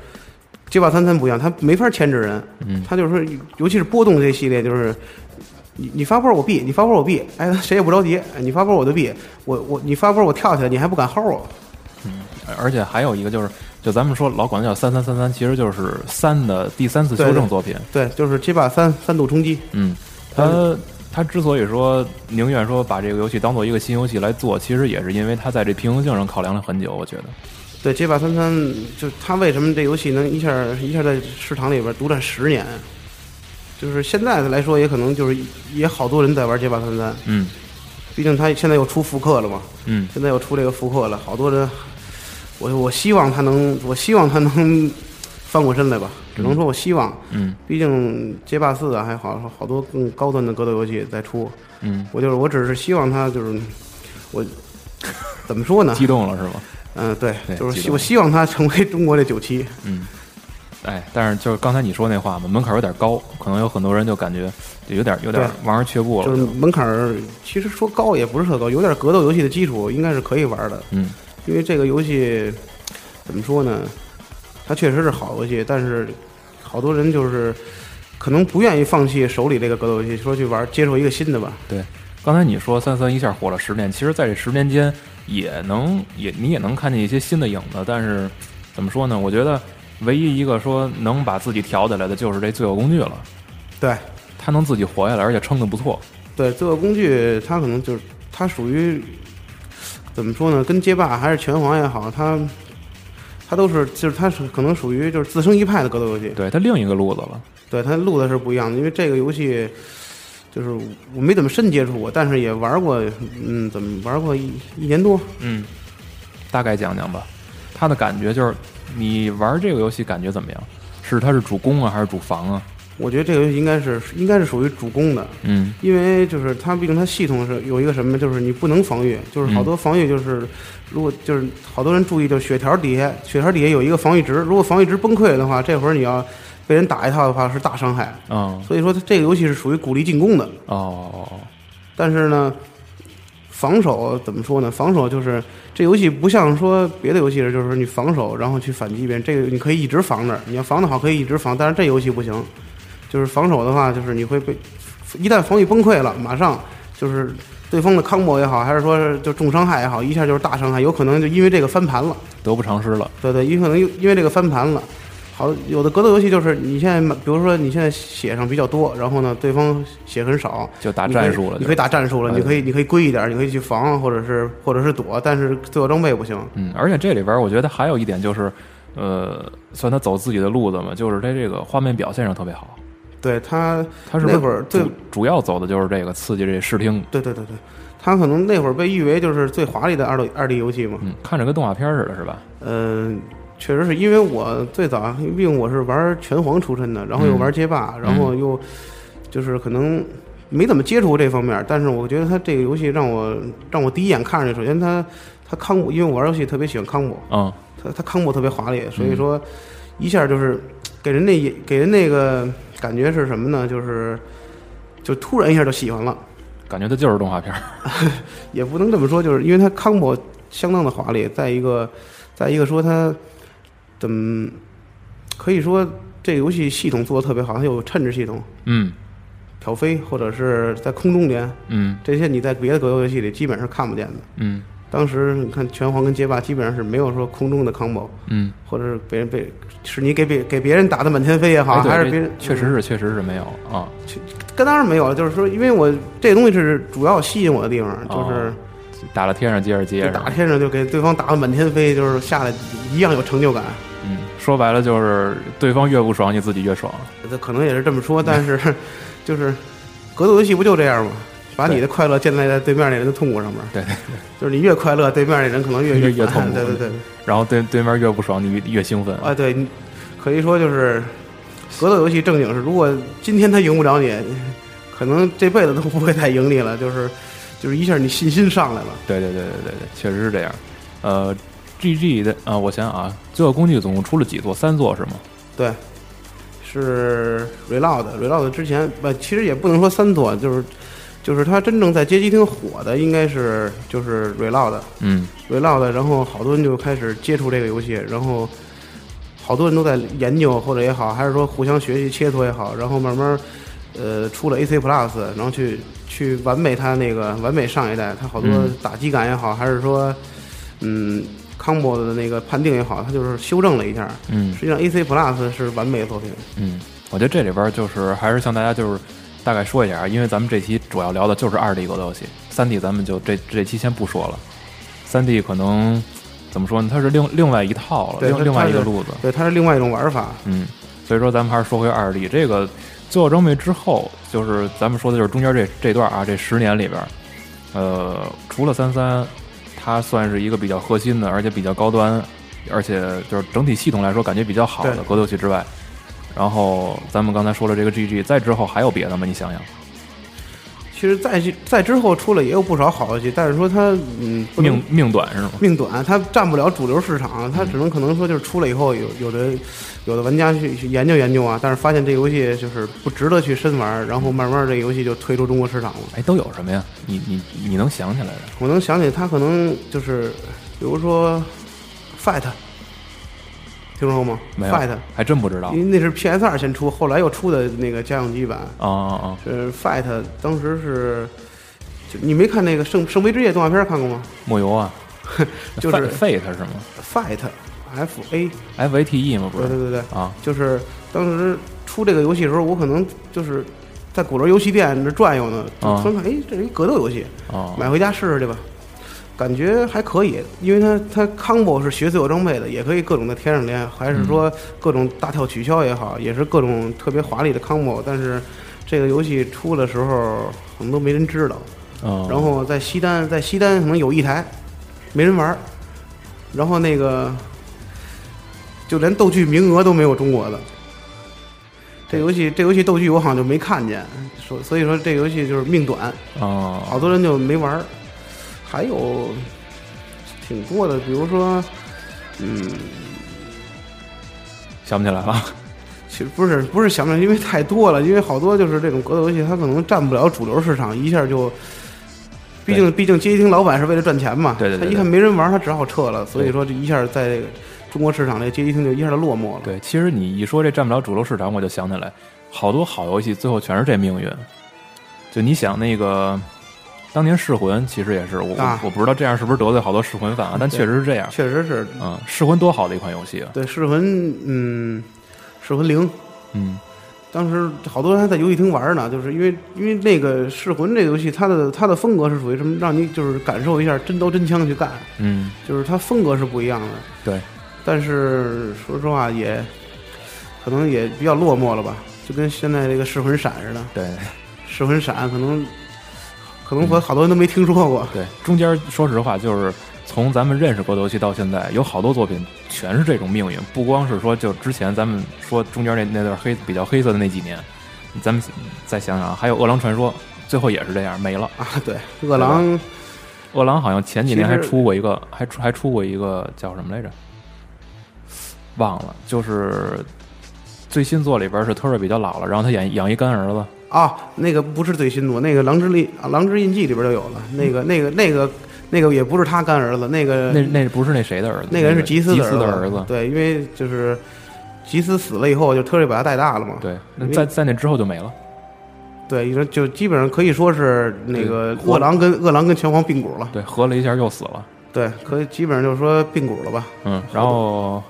街霸三三不一样，它没法牵制人，
嗯
它就是说尤其是波动这系列，就是你你发波我避，你发波我避，哎，谁也不着急，哎你发波我就避，我我你发波我跳起来，你还不敢薅我，
而且还有一个就是，就咱们说老管它叫三三三三，其实就是三的第三次修正作品。
对，就是街霸三三度冲击，
嗯，他他之所以说宁愿说把这个游戏当做一个新游戏来做，其实也是因为他在这平衡性上考量了很久。我觉得，
对，街霸三三就是它为什么这游戏能一下一下在市场里边独占十年，就是现在来说也可能就是也好多人在玩街霸三三，
嗯
毕竟它现在又出复刻了嘛，
嗯，
现在又出这个复刻了，好多人，我我希望他能，我希望他能翻过身来吧，只能说我希望，
嗯，
毕竟街霸四啊，还好好多更高端的格斗游戏在出，
嗯，
我就是我只是希望他就是我怎么
[laughs]
说呢？
激动了是吗？
嗯、对，
对
就是
激
希
动
我希望他成为中国的九七，
哎，但是就是刚才你说那话嘛，门槛有点高，可能有很多人就感觉就有点有点
对
望而却步
就
了。
是
就
门槛儿其实说高也不是特高，有点格斗游戏的基础应该是可以玩的，
嗯，
因为这个游戏怎么说呢？它确实是好游戏，但是好多人就是可能不愿意放弃手里这个格斗游戏，说去玩接受一个新的吧。
对，刚才你说三三一下火了十年，其实在这十年间也能也你也能看见一些新的影子，但是怎么说呢？我觉得唯一一个说能把自己挑起来的就是这罪恶工具了，
对
它能自己活下来，而且撑得不错。
对，罪恶工具它可能就是它属于怎么说呢？跟街霸还是拳皇也好，它它都是就是它是可能属于就是自成一派的格斗游戏。
对，它另一个路子了。
对，它录的是不一样的，因为这个游戏就是我没怎么深接触过，但是也玩过，嗯，怎么玩过一一年多。
嗯，大概讲讲吧，它的感觉就是你玩这个游戏感觉怎么样？是它是主攻啊，还是主防啊？
我觉得这个游戏应该是应该是属于主攻的，
嗯
因为就是它毕竟它系统是有一个什么，就是你不能防御，就是好多防御就是、如果就是好多人注意，就是血条底下血条底下有一个防御值，如果防御值崩溃的话，这会儿你要被人打一套的话是大伤害，
嗯
所以说它这个游戏是属于鼓励进攻的，
哦，
但是呢。防守怎么说呢？防守就是这游戏不像说别的游戏是，就是说你防守然后去反击别人，这个你可以一直防着，你要防的好可以一直防，但是这游戏不行，就是防守的话，就是你会被一旦防御崩溃了，马上就是对方的 combo 也好，还是说是就重伤害也好，一下就是大伤害，有可能就因为这个翻盘了。
得不偿失了。
对对，有可能因因为这个翻盘了。好，有的格斗游戏就是你现在买，比如说你现在血上比较多，然后呢，对方血很少，
就打
你可以
战术了
你可以打战术了，
哎
你可以你可以归一点，你可以去防，或者是或者是躲，但是自由装备不行。
嗯，而且这里边我觉得还有一点就是，呃，算他走自己的路子嘛，就是他这个画面表现上特别好。
对他，
他是不
那
是
会儿
主
对
主要走的就是这个刺激这视听，
对对对对，他可能那会儿被誉为就是最华丽的二 D 二 D 游戏嘛。
嗯，看着跟动画片似的，是吧？
嗯、确实是因为我最早，因为毕竟我是玩拳皇出身的，然后又
嗯
玩街霸，然后又就是可能没怎么接触过这方面，但是我觉得它这个游戏让我让我第一眼看上去，首先它它康姆，因为我玩游戏特别喜欢康姆，
嗯，
它它康姆特别华丽，所以说一下就是给人那也给人那个感觉是什么呢？就是就突然一下就喜欢了。
感觉它就是动画片儿。 [laughs]
也不能这么说，就是因为它 combo 相当的华丽，再一个，再一个说它怎么可以说这个游戏系统做的特别好，它有趁着系统、
嗯
挑飞或者是在空中连，
嗯
这些你在别的格斗游戏里基本上是看不见的。
嗯
当时你看拳皇跟街霸基本上是没有说空中的 combo，
嗯，
或者是别人被是你给别给别人打的满天飞也好，
哎对
还是嗯
这
别人嗯
确实是确实是没有啊。
跟当然没有了，就是说因为我这东西是主要吸引我的地方，就是。
哦打了天上接着接
就
着
打，天上就给对方打得满天飞，就是下来一样有成就感。
嗯，说白了就是对方越不爽，你自己越爽。
这 [laughs] 可能也是这么说，但是 [laughs] 就是格斗游戏不就这样吗？把你的快乐建立在对面那人的痛苦上面。
对对
就是你越快乐，对面那人可 [laughs] 能越越
越越痛苦
对对对，
然后对对面越不爽，你越越兴奋。
啊对，你可以说就是格斗游戏正经是，如果今天他赢不了你，可能这辈子都不会再赢你了。就是就是一下你信心上来了。
对对对对对对，确实是这样。呃，GG 的啊、我想想啊，《罪恶工具》总共出了几座？三座是吗？
对，是 Reload，Reload 之前不，其实也不能说三座，就是就是它真正在街机厅火的应该是就是 Reload，Reload，
嗯，
然后好多人就开始接触这个游戏，然后好多人都在研究或者也好，还是说互相学习切磋也好，然后慢慢呃出了 AC Plus，然后去去完美它那个完美上一代，它好多
嗯
打击感也好，还是说嗯 combo 的那个判定也好，它就是修正了一下，
嗯
实际上，AC Plus 是完美的作品。
嗯，我觉得这里边就是还是向大家就是大概说一下啊，因为咱们这期主要聊的就是二 D 格斗游戏，三 D 咱们就这这期先不说了，三 D 可能怎么说呢？它是另另外一套了，
对它
另另外一个
它是
路子。
对，它是另外一种玩法。
嗯，所以说咱们还是说回二 D 这个《最后装备》之后，就是咱们说的就是中间这这段啊，这十年里边，呃，除了三三，它算是一个比较核心的，而且比较高端，而且就是整体系统来说感觉比较好的
对
格斗系之外，然后咱们刚才说了这个 GG，再之后还有别的吗？你想想，
其实在这在之后出了也有不少好游戏，但是说它嗯不能
命命短是吗？
命短，它占不了主流市场，
嗯
它只能可能说就是出了以后有有的有的玩家去去研究研究啊，但是发现这游戏就是不值得去深玩，然后慢慢这游戏就退出中国市场了。
哎，都有什么呀？你你你能想起来的？
我能想起它可能就是比如说 Fight，听说过吗
没有
？Fight，
还真不知道
因为那是 PS 二先出，后来又出的那个家用机版。
啊啊啊！
是 Fight，当时是，就你没看那个《圣圣杯之夜》动画片看过吗
莫游 [laughs] 啊，
就是
Fate 是吗
？Fight，F A，
？F A T E 吗？不
对对
是
对对，
啊，
就是当时出这个游戏的时候，我可能就是在鼓楼游戏店那转悠呢，就
啊
突然看，哎，这是一格斗游戏，
哦，
买回家试试去吧。感觉还可以，因为它它 combo 是学所有装备的，也可以各种在天上连，还是说各种大跳取消也好，也是各种特别华丽的 combo。但是这个游戏出的时候，可能都没人知道。
嗯
然后在西单，在西单可能有一台，没人玩儿，然后那个就连斗剧名额都没有中国的。这游戏这游戏斗剧我好像就没看见，所所以说这游戏就是命短，
哦，
好多人就没玩儿。还有挺多的，比如说，嗯，
想不起来了。
其实不是不是想不起，因为太多了，因为好多就是这种格斗游戏，它可能占不了主流市场，一下就毕竟毕竟街机厅老板是为了赚钱嘛，
对对对
他一看没人玩，他只好撤了。所以说，这一下在这个中国市场，这街机厅就一下就落寞了。
[laughs] 对，其实你一说这占不了主流市场，我就想起来，好多好游戏最后全是这命运。就你想那个，当年噬魂其实也是，我、
啊
我我不知道这样是不是得罪好多噬魂粉啊，但确实是这样。
确实是，
嗯，噬魂多好的一款游戏啊！
对噬魂，嗯，噬魂零，
嗯，
当时好多人还在游戏厅玩呢，就是因为因为那个噬魂这游戏，它的它的风格是属于什么，让你就是感受一下真刀真枪去干，
嗯，
就是它风格是不一样的。
对，
但是说实话也，可能也比较落寞了吧，就跟现在这个噬魂闪似的，
对
噬魂闪可能可能我好多人都没听说过。
对，中间说实话，就是从咱们认识格斗游戏到现在，有好多作品全是这种命运，不光是说就之前咱们说中间那那段黑比较黑色的那几年，咱们再想想啊，还有《饿狼传说》，最后也是这样没了。
啊，对，饿狼
饿狼好像前几年
其
还
实
出过一个，还出还出过一个叫什么来着？忘了，就是最新作里边是特瑞比较老了，然后他养养一干儿子，
啊，那个不是最新作，那个《狼之力》啊，《狼之印记》里边就有
嗯
了。那个、那个、那个、那个也不是他干儿子，那个
那那不是那谁的儿子，
那个人是
吉
吉斯
斯的
儿
儿子。
对，因为就是吉斯死了以后，就特瑞把他带大了嘛。
对，那
因为
在在那之后就没了。
对，你说就基本上可以说是那个
对
饿狼跟饿狼跟拳皇并股了。
对，合了一下又死了。
对，可以基本上就是说并股了吧。
嗯，然后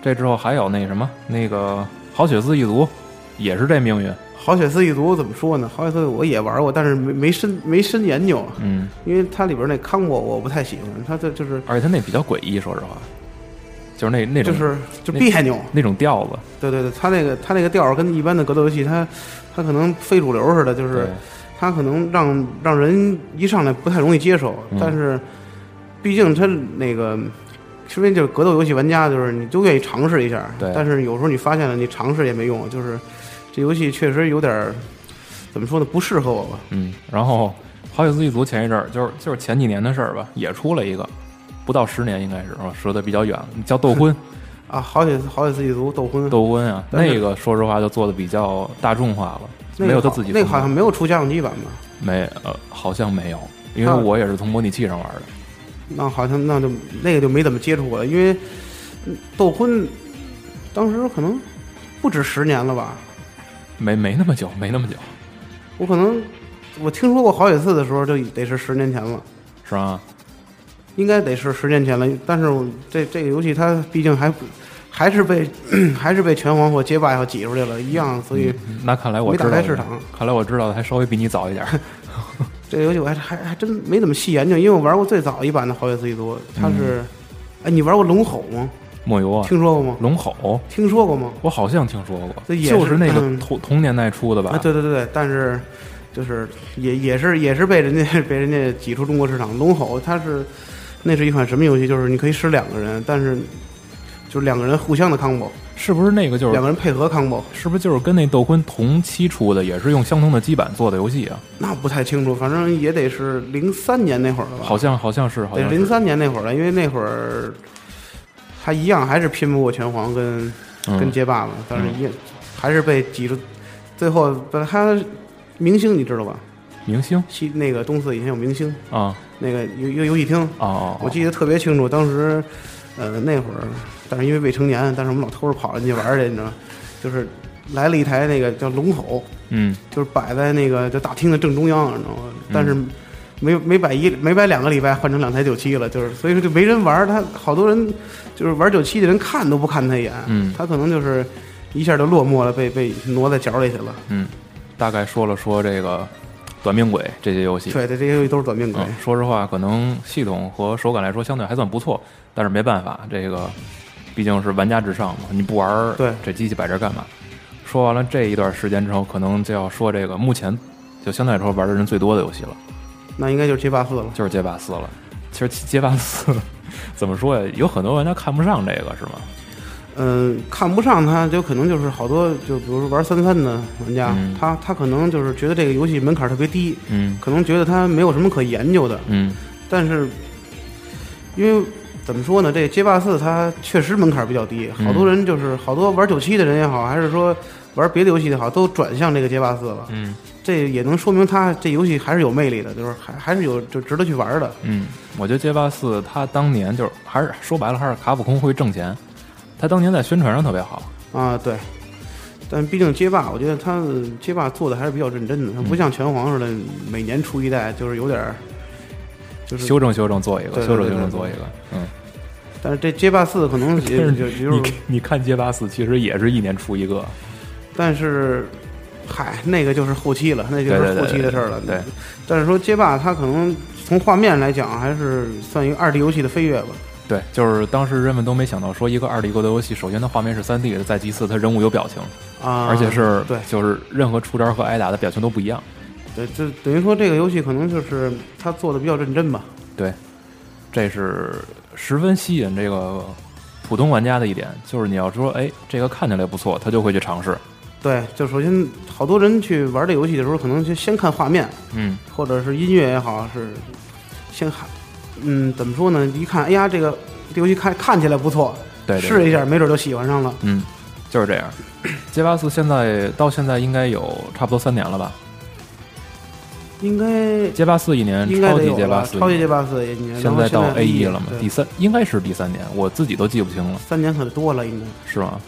这之后还有那什么，那个好血丝一族也是这命运。
好血丝一族怎么说呢？好血丝我也玩过，但是没没深没深研究，
嗯，
因为它里边那康我我不太喜欢，它这就是
而且他那比较诡异，说实话，就是那那
就
种
是就
那
别扭。
那种调子。
对对对，它那个它那个调儿跟一般的格斗游戏，它它可能非主流似的，就是
对
它可能让让人一上来不太容易接受，
嗯
但是毕竟它那个。说明就是格斗游戏玩家，就是你都愿意尝试一下，
对
但是有时候你发现了，你尝试也没用，就是这游戏确实有点儿怎么说呢，不适合我吧。
嗯，然后好几次一族前一阵儿，就是就是前几年的事儿吧，也出了一个，不到十年应该是，我说的比较远了，叫斗婚，
啊，好几好几次一族斗魂，
斗婚啊，
但是
那个说实话就做的比较大众化了，
那个
没有他
好
自己嗯
那个
风格
好像没有出家用机版吧？
没呃，好像没有，因为
他
我也是从模拟器上玩的，
那好像那就那个就没怎么接触过了，因为嗯斗魂当时可能不止十年了吧，
没没那么久，没那么久，
我可能我听说过好几次的时候就得是十年前了，
是吧？
应该得是十年前了。但是我这这个游戏它毕竟还不还是被 [clears throat] 还是被拳皇或街霸要挤出来了，一样，所以
那看来我
没
知
打
道
开
的
市场
看来我知道的还稍微比你早一点儿。
[laughs] 这个游戏我还还还真没怎么细研究，因为我玩过最早一版的好几次一族，它是。哎，你玩过龙吼吗？
莫游啊，
听说过吗？
龙吼，
听说过吗？
我好像听说过，
这也
就是是那个
嗯
同同年代出的吧？
啊，对对对对，但是就是也也是也是被人家 [laughs] 被人家挤出中国市场。龙吼它是那是一款什么游戏？就是你可以使两个人，但是就是两个人互相的 combo，
是不是那个就是
两个人配合 combo，
是不是就是跟那斗魂同期出的，也是用相同的基板做的游戏啊？
那不太清楚，反正也得是零三年那会儿了吧？
好像好像是，好
得
像是
啊零三年那会儿了，因为那会儿他一样还是拼不过拳皇跟跟
嗯
街霸嘛，但是也、还是被挤出。最后本来他明星你知道吧？
明星
西那个东四以前有明星，
啊
那个游游游戏厅，
哦哦，
我记得特别清楚，当时，呃，那会儿，但是因为未成年，但是我们老偷着跑人家玩儿去，你知道吗，就是来了一台那个叫龙吼，
嗯
就是摆在那个就大厅的正中央，你知道吗？但
嗯
是没没摆一没摆两个礼拜，换成两台九七了，就是所以说就没人玩儿，他好多人就是玩九七的人看都不看他一眼，
嗯
他可能就是一下就落寞了，被被挪在角里去了。
嗯，大概说了说这个短命鬼这些游戏。
对对，这些游戏都是短命鬼。
嗯，说实话，可能系统和手感来说相对还算不错，但是没办法，这个毕竟是玩家至上嘛，你不玩儿
对
这机器摆这儿干嘛？说完了这一段时间之后，可能就要说这个目前就相对来说玩的人最多的游戏了。
那应该就是街霸四了。
就是街霸四了。其实街霸四 [laughs] 怎么说呀？有很多玩家看不上这个，是吗？
嗯，看不上他，就可能就是好多，就比如说玩三三的玩家，
嗯
他他可能就是觉得这个游戏门槛特别低，
嗯
可能觉得他没有什么可研究的。
嗯
但是，因为怎么说呢，这街霸四它确实门槛比较低，
嗯
好多人就是好多玩九七的人也好，还是说玩别的游戏也好，都转向这个街霸四了。
嗯
这也能说明它这游戏还是有魅力的，就是还还是有就值得去玩的。
嗯，我觉得街霸四它当年就是还是说白了还是卡普空会挣钱，它当年在宣传上特别好。
啊，对。但毕竟街霸，我觉得他街霸做的还是比较认真的，
嗯
它不像拳皇似的每年出一代，就是有点儿，就是
修正修正做一个，
对对
修正
对
修
对
正
对
做一个，嗯。
但是这街霸四可能
[laughs]
也
但
就是就
你
是，
你看街霸四其实也是一年出一个，
但是，嗨，那个就是后期了，那就
对对
是
对
后期的事儿了。
对，
但是说街霸它可能从画面来讲，还是算一个二 D 游戏的飞跃吧。
对，就是当时人们都没想到说一个二 D 格斗游戏，首先它画面是三 D 的，再其次它人物有表情，
啊，
而且是
对
就是任何出招和挨打的表情都不一样。
对，这等于说这个游戏可能就是它做的比较认真吧。
对，这是十分吸引这个普通玩家的一点，就是你要说哎这个看起来不错，他就会去尝试。
对，就首先好多人去玩这游戏的时候，可能就先看画面，
嗯，
或者是音乐也好，是先看，嗯，怎么说呢？一看，哎呀，这个这游戏看看起来不错，
对对
试一下，没准就喜欢上了。
嗯，就是这样。街霸四现在到现在应该有差不多三年了吧？
应该
街霸四一年，
应该
超
得
级
有
街霸
了，
四一
超级
年
街霸四也年，
现在到 A E 了嘛？第
第
三应该是第三年，我自己都记不清了，
三年可多了，应该。
是吗？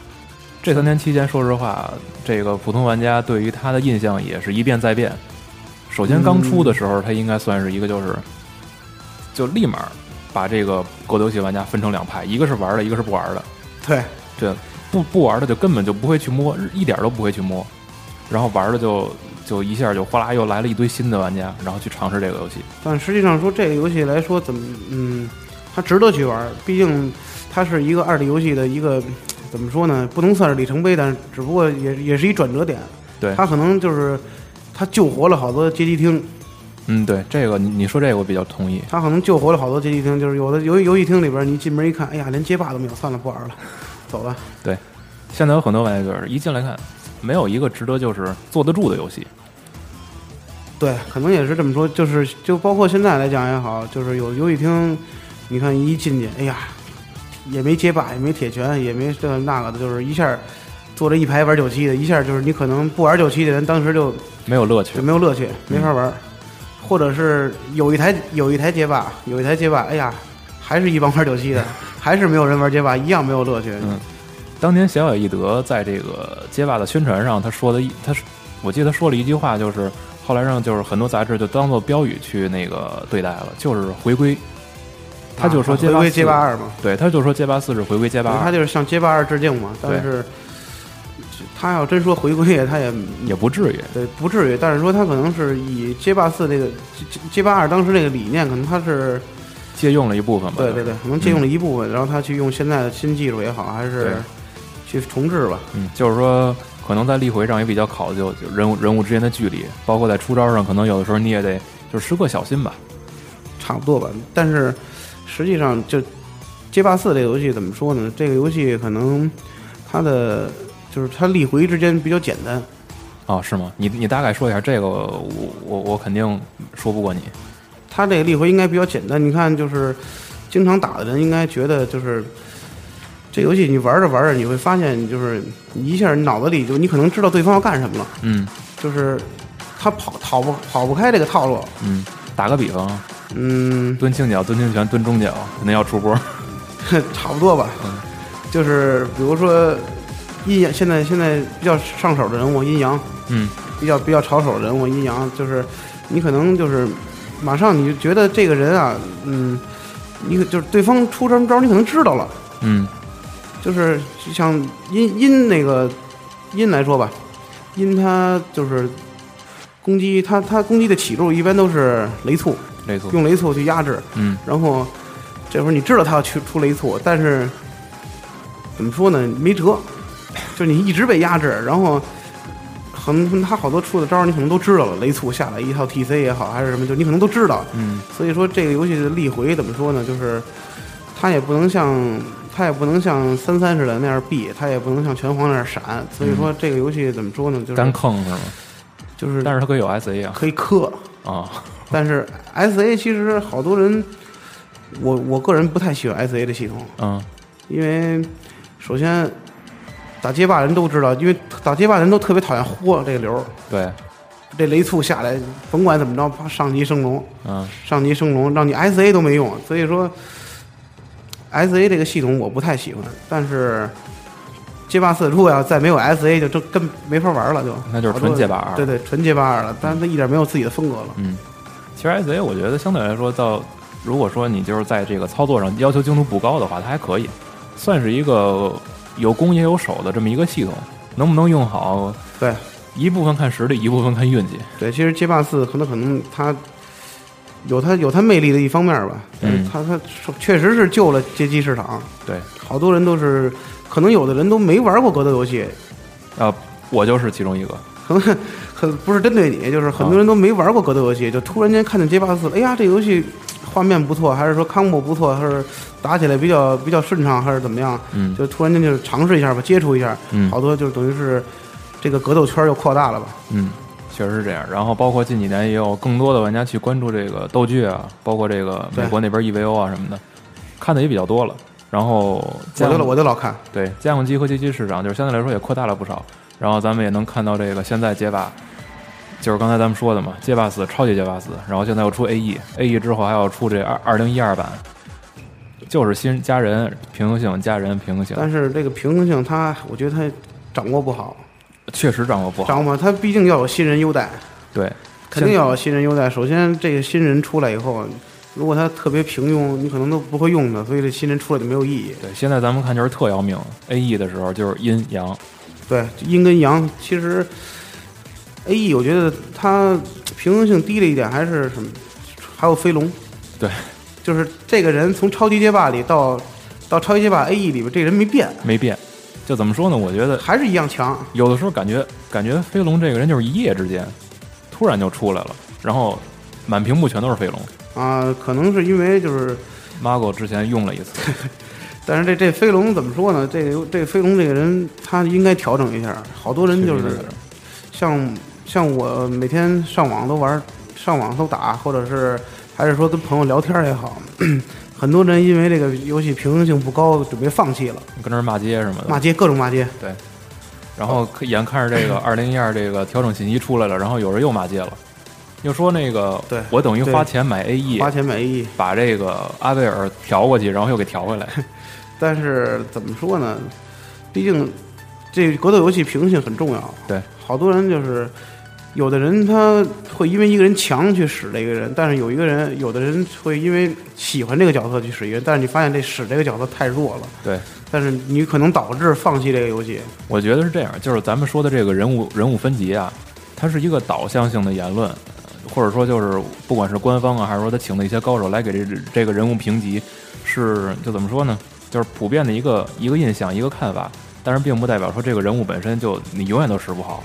这三年期间，说实话，这个普通玩家对于他的印象也是一变再变。首先刚出的时候，他应该算是一个就是，就立马把这个格斗游戏玩家分成两派，一个是玩的，一个是不玩的。
对，
对，不不玩的就根本就不会去摸，一点儿都不会去摸，然后玩的就就一下就哗啦又来了一堆新的玩家，然后去尝试这个游戏。
但实际上说这个游戏来说，怎么嗯，它值得去玩儿，毕竟它是一个二 D 游戏的一个怎么说呢？不能算是里程碑，但是只不过也也是一转折点。
对
它可能就是它救活了好多街机厅，
嗯，对，这个你你说这个我比较同意。
它可能救活了好多街机厅。就是有的游游戏厅里边，你进门一看，哎呀，连街霸都没有，算了，不玩了，走吧。
对，现在有很多玩家就是一进来看，没有一个值得就是坐得住的游戏。
对，可能也是这么说，就是就包括现在来讲也好，就是有游戏厅，你看一进去，哎呀，也没街霸，也没铁拳，也没这那个的，就是一下坐这一排玩九七的，一下就是你可能不玩九七的人，当时就
没有乐趣
就，没有乐趣，没法玩儿。或者是有一台有一台街霸，有一台街霸，哎呀，还是一帮玩九七的，还是没有人玩街霸，一样没有乐趣。
嗯当年小野义德在这个街霸的宣传上，他说的一，他是我记得他说了一句话，就是后来让就是很多杂志就当做标语去那个对待了，就是回归。他就说
啊
街
回
霸
归
四，
街霸二嘛，
对，他就说街霸四是回归街霸
他
二，
就是向街霸二致敬嘛。但
对
是他要真说回归，他也
也不至于。
对，不至于，但是说他可能是以街霸四这个街街街霸二当时那个理念，可能他是
借用了一部分吧。
对
就
对
是
对，可能借用了一部分，然后他去用现在的新技术也好，还
嗯对
是去重置吧。
嗯，就是说可能在立回上也比较考究，就人物人物之间的距离，包括在出招上，可能有的时候你也得就是时刻小心吧。
差不多吧。但是实际上，就街霸四这个游戏怎么说呢？这个游戏可能它的就是它立回之间比较简单。
哦，是吗？你你大概说一下这个，我我我肯定说不过你。
他这个立回应该比较简单。你看，就是经常打的人应该觉得就是。这游戏你玩着玩着，你会发现，就是你一下脑子里就你可能知道对方要干什么了，
嗯
就是他跑跑不跑不开这个套路。
嗯，打个比方，
嗯，
蹲轻脚、蹲轻拳、蹲中脚，肯定要出波。
[laughs] 差不多吧。就是比如说阴阳，现在现在比较上手的人物阴阳，
嗯，
比较比较炒手的人物阴阳，就是你可能就是马上你就觉得这个人啊，嗯，你可就是对方出什么招，你可能知道了。
嗯
就是像阴阴那个阴来说吧，阴它就是攻击，它它攻击的起路一般都是雷促，
类似。
用雷促去压制。
嗯
然后这会儿你知道他要去出雷错，但是怎么说呢，没辙，就是你一直被压制，然后。可能他好多出的招儿你可能都知道了，雷促下来一套 TC 也好，还是什么，就你可能都知道。
嗯，
所以说这个游戏的立回怎么说呢？就是它也不能像它也不能像三三似的那样避，它也不能像拳皇那样闪。所以说这个游戏怎么说呢？就是
嗯单坑是吗？
就是
但是它可以有 SA 啊。
可以克，
啊，
[laughs] 但是 S A 其实好多人，我我个人不太喜欢 S A 的系统，
嗯，
因为首先打街霸人都知道，因为打街霸人都特别讨厌豁这个流儿，
对，
这雷促下来，甭管怎么着，啪上级升龙，
嗯
上级升龙，让你 S A 都没用。所以说，S A 这个系统我不太喜欢，但是街霸四如果要再没有 S A，就就根没法玩了就，
那就是纯街霸二
对对，纯街霸二了，但是它一点没有自己的风格了。
嗯，其实 S A 我觉得相对来说到，如果说你就是在这个操作上要求精度不高的话，它还可以，算是一个有攻也有守的这么一个系统，能不能用好，
对
一部分看实力，一部分看运气。
对，其实街霸四可能可能它。有它有它魅力的一方面吧，但是
嗯
它它确实是救了街机市场，
对，
好多人都是，可能有的人都没玩过格斗游戏，
啊、我就是其中一个。
可能很不是针对你，就是
哦
很多人都没玩过格斗游戏，就突然间看见街霸四，哎呀，这游戏画面不错，还是说 combo 不错，还是打起来比较比较顺畅，还是怎么样？
嗯
就突然间就是尝试一下吧，接触一下，
嗯
好多就是等于是这个格斗圈又扩大了吧？
嗯，确实是这样。然后包括近几年也有更多的玩家去关注这个斗剧啊，包括这个美
对
国那边 EVO 啊什么的，看的也比较多了。然后
我
加
就我就老看，
对家用机和街机市场，就是相对来说也扩大了不少。然后咱们也能看到这个现在街霸，就是刚才咱们说的嘛，街霸四、超级街霸四，然后现在又出 A E，A E 之后还要出这二二零一二版，就是新加人平衡性，加人平衡性，
但是这个平衡性它，我觉得它掌握不好，
确实掌握不好。
掌握它毕竟要有新人优待，
对，
肯定要有新人优待。首先，这个新人出来以后，如果他特别平庸，你可能都不会用的，所以这新人出来就没有意义。
对，现在咱们看就是特要命，A E 的时候就是阴阳，
对，阴跟阳其实 A E 我觉得它平衡性低了一点，还是什么？还有飞龙，
对，
[laughs] 就是这个人从超级街霸里到到超级街霸 A E 里边，这人没变，
没变。就怎么说呢？我觉得
还是一样强。
有的时候感觉感觉飞龙这个人就是一夜之间，突然就出来了，然后满屏幕全都是飞龙。
啊、可能是因为就是，
Margo 之前用了一次，
但是这这飞龙怎么说呢？这个这飞龙这个人，他应该调整一下。好多人就
确
是
实
像像我每天上网都玩，上网都打，或者是还是说跟朋友聊天也好，很多人因为这个游戏平衡性不高，准备放弃了，
跟那儿骂街什么
骂
的。
街各种骂街。
然后可眼看着这
[laughs]
个二零一二这个调整信息出来了，然后有人又骂街了，又说那个
对
我等于
对
花钱买 AE，
花钱买艺，
把这个阿贝尔调过去，然后又给调回来。
但是怎么说呢？毕竟这格斗游戏平衡性很重要。
对，
好多人就是有的人他会因为一个人强去使这个人，但是有一个人，有的人会因为喜欢这个角色去使一个人，但是你发现这使这个角色太弱了，
对，
但是你可能导致放弃这个游戏。
我觉得是这样，就是咱们说的这个人物人物分级啊，它是一个导向性的言论，或者说就是不管是官方啊，还是说他请的一些高手来给这这个人物评级，是就怎么说呢？就是普遍的一个一个印象一个看法，但是并不代表说这个人物本身就你永远都使不好。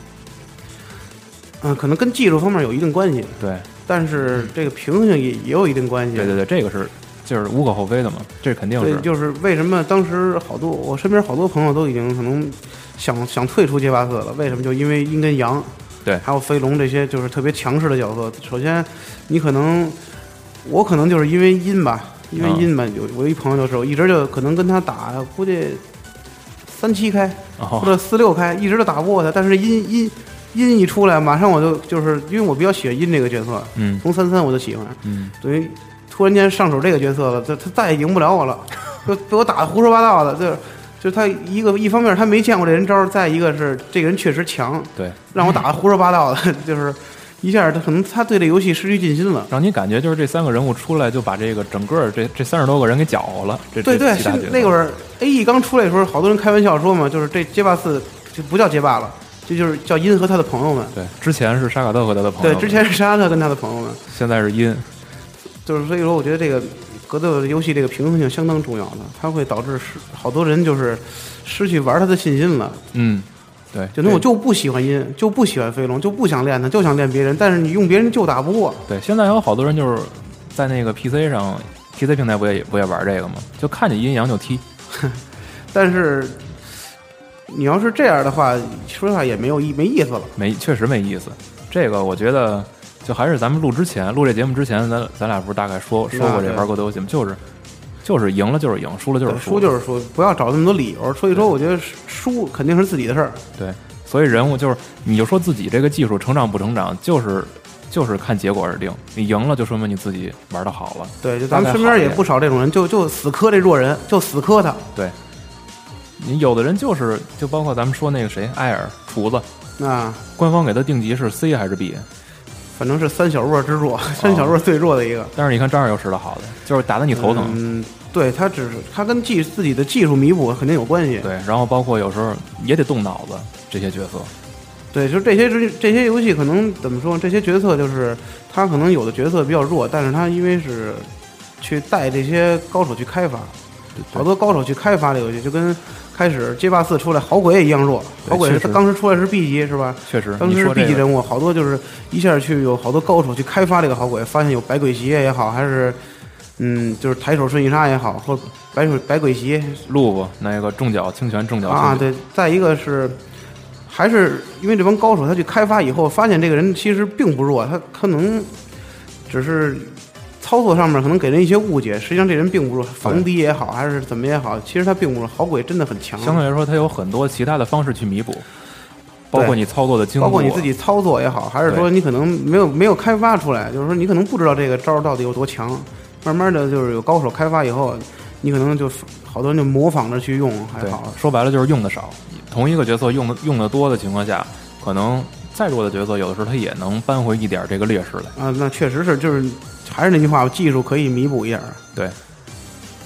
嗯，可能跟技术方面有一定关系，
对，
但是这个平衡性也也有一定关系。
对对对，这个是就是无可厚非的嘛，这肯定
对，
是。
就是为什么当时好多我身边好多朋友都已经可能想想退出街霸四了，为什么？就因为阴跟阳，
对
还有飞龙这些就是特别强势的角色。首先，你可能我可能就是因为阴吧，因为
嗯
阴吧，有我一朋友就是我一直就可能跟他打，估计三七开
然
或
后
者四六开，一直都打不过他，但是阴阴。阴一出来，马上我就就是因为我比较喜欢阴这个角色，
嗯
从三三我就喜欢，
嗯，
等于突然间上手这个角色了，他他再也赢不了我 [laughs] 了，就被我打的胡说八道的，就是就是他一个一方面他没见过这人招儿，再一个是这个人确实强，
对，
让我打的胡说八道的， [laughs] 就是一下他可能他对这游戏失去信心了。
让你感觉就是这三个人物出来就把这个整个这这三十多个人给搅和了。这
对
这
对，
几
是
大角色
那会儿 A E 刚出来的时候，好多人开玩笑说嘛，就是这街霸四就不叫街霸了，这就是叫阴和他的朋友们。
对，之前是沙卡特和他的朋友
对，
们，
之前是沙特跟他的朋友们，
现在是阴，
就是所以说，我觉得这个格斗游戏这个平衡性相当重要的，它会导致失好多人就是失去玩它的信心了。
嗯，对，
就那我
对
就不喜欢音，就不喜欢飞龙，就不想练它，就想练别人，但是你用别人就打不过。
对，现在有好多人就是在那个 PC 上，PC 平台不也不也玩这个吗？就看见阴阳就踢，
但是你要是这样的话，说实话也没有意没意思了。
没确实没意思。这个我觉得就还是咱们录之前录这节目之前，咱咱俩不是大概说说过
那
这
对
玩过的游戏吗？就是就是赢了就是赢，输了就是
输就是输，不要找那么多理由。所以说，
对
我觉得输肯定是自己的事儿，
对。所以人物就是，你就说自己这个技术成长不成长，就是就是看结果而定。你赢了就说明你自己玩的好了，
对，就咱们身边也不少这种人，就就死磕这弱人，就死磕他。
对。你有的人就是，就包括咱们说那个谁，艾尔厨子，
啊，
官方给他定级是 C 还是 B？
反正是三小弱之弱， [laughs] 三
哦
小弱最弱的一个。
但是你看张二又是的好的，就是打得你头疼。
嗯，对他只是他跟技自己的技术弥补肯定有关系。
对，然后包括有时候也得动脑子，这些角色，
对，就是这些这这些游戏可能怎么说？这些角色就是他可能有的角色比较弱，但是他因为是去带这些高手去开发，好多高手去开发这个游戏，就跟开始街霸四出来好鬼也一样弱，
对
好鬼
确
是
实
当时出来是 B 级是吧？
确实，
当
你
时是
说
B
这
级
个，
人物，好多就是一下去有好多高手去开发这个好鬼，发现有百鬼鞋也好，还是嗯，就是抬手瞬击杀也好，或百鬼百鬼鞋
路不那个重脚轻拳重脚
啊，
轻拳，
对，再一个是，还是因为这帮高手他去开发以后，发现这个人其实并不弱，他可能只是操作上面可能给人一些误解，实际上这人并不弱，防低也好，还是怎么也好，其实他并不弱，好鬼真的很强，啊
相对来说它有很多其他的方式去弥补，包括
对
你操作的精度，啊
包括你自己操作也好，还是说
对
你可能没有没有开发出来，就是说你可能不知道这个招儿到底有多强。慢慢的就是有高手开发以后，你可能就好多人就模仿着去用，还
对
好，。
说白了就是用的少，同一个角色用的用的多的情况下，可能再弱的角色有的时候他也能扳回一点这个劣势来。
啊，那确实是，就是还是那句话，技术可以弥补一下。
对，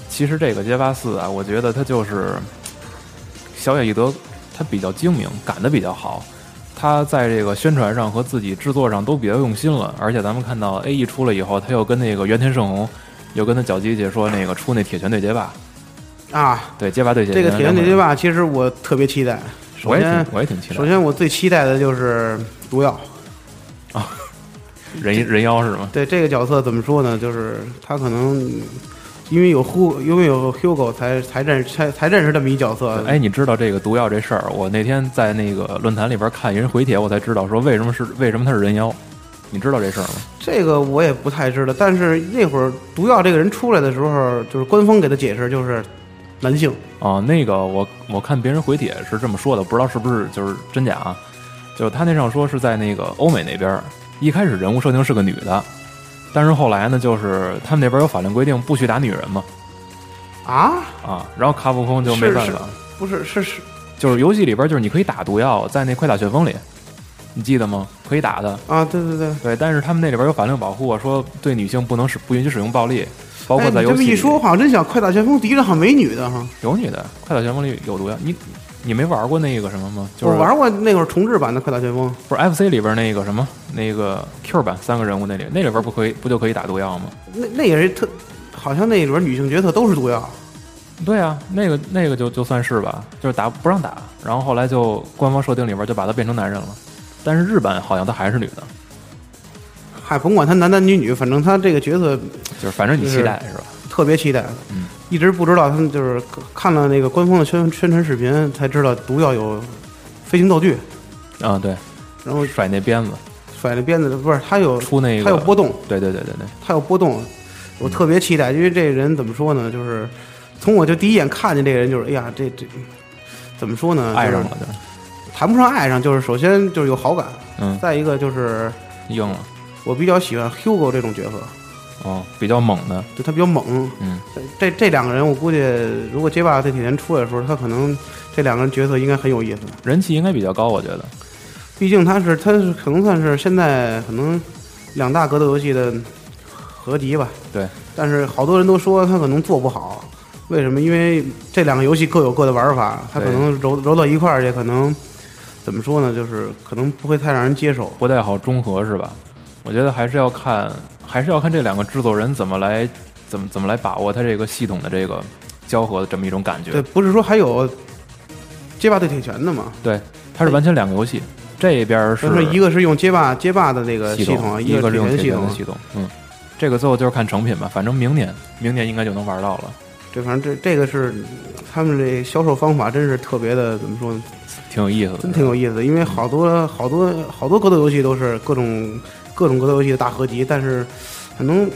其实这个街霸四啊，我觉得它就是小野义德，他比较精明，赶得比较好。他在这个宣传上和自己制作上都比较用心了，而且咱们看到 A E 出了以后，他又跟那个原田胜宏，又跟他脚鸡姐说那个出那铁拳对街霸，
啊，
对街霸对铁拳
这个《铁
两
拳
个
对
人
街，霸》其实我特别期待。首
我也
先
挺，我也挺期待
首。先我最期待的就是毒药。
人人妖是吗？
对这个角色怎么说呢？就是他可能因为有 Hu，因为有 Hugo 才才认才才认识这么一角色。
哎，你知道这个毒药这事儿？我那天在那个论坛里边看一人回帖，我才知道说为什么是为什么他是人妖，你知道这事儿吗？
这个我也不太知道。但是那会儿毒药这个人出来的时候，就是官方给他解释就是男性。
哦，那个我我看别人回帖是这么说的，不知道是不是就是真假啊？就是他那上说是在那个欧美那边儿，一开始人物设定是个女的，但是后来呢，就是他们那边有法令规定不许打女人嘛，
啊，
啊，然后卡普空就没办
是
法，
不是，是是
就是游戏里边就是你可以打毒药，在那《快打旋风》里，你记得吗？可以打的，
啊，对对对。
对，但是他们那里边有法令保护啊，说对女性不能使不允许使用暴力，包
哎，
括
你
在
这
游
么
戏里、
一说，我好像真想《快打旋风》敌人好像没女的哈。
有女的，《快打旋风》里有毒药，你你没玩过那个什么吗？就是
我玩过那会儿重置版的《快打旋风》。
不是 FC 里边那个什么那个 Q 版三个人物那里，那里边不可以不就可以打毒药吗？
那那也是特，好像那里边女性角色都是毒药。
对啊，那个那个就就算是吧，就是打不让打，然后后来就官方设定里边就把他变成男人了，但是日版好像他还是女的，
嗨，甭管他男男女女，反正他这个角色
就是反正你期待是吧？
特别期待。
嗯，
一直不知道他们就是看了那个官方的宣宣传视频，才知道毒药有飞行道具，
啊、对，
然后
甩那鞭子
甩着鞭子，不是他有
出那个，
他有啊波动，
对对对对对，
他有波动，我特别期待，因为这人怎么说呢，就是从我就第一眼看见这个人，就是哎呀，这这怎么说呢，
爱
就
上
是
了就是
谈不上爱上，就是首先就是有好感，
嗯
再一个就是
硬了，
我比较喜欢 Hugo 这种角色。
哦，比较猛的，
就他比较猛。
嗯，
这这两个人，我估计如果街霸这几年出来的时候，他可能这两个人角色应该很有意思。
人气应该比较高，我觉得。
毕竟他是他是可能算是现在可能两大格斗游戏的合集吧。
对，
但是好多人都说他可能做不好，为什么？因为这两个游戏各有各的玩法，他可
对
能揉揉到一块儿去，可能怎么说呢？就是可能不会太让人接受。
不太好中和是吧？我觉得还是要看，还是要看这两个制作人怎么来，怎么怎么来把握它这个系统的这个交合的这么一种感
对，
觉。
不是说还有街霸对铁拳的吗？
对，它是完全两个游戏，这边是
就是一个是用街霸街霸的那个系统，啊
一
个
个
是
是用
铁拳系
铁拳
统
的。系统，嗯。这个最后就是看成品吧，反正明年明年应该就能玩到了，
对，反正这这个是他们这销售方法真是特别的，怎么说呢？
挺有意思的。
真挺有意思的。因为好多好多好多格斗游戏都是各种各种格斗游戏的大合集，但是可能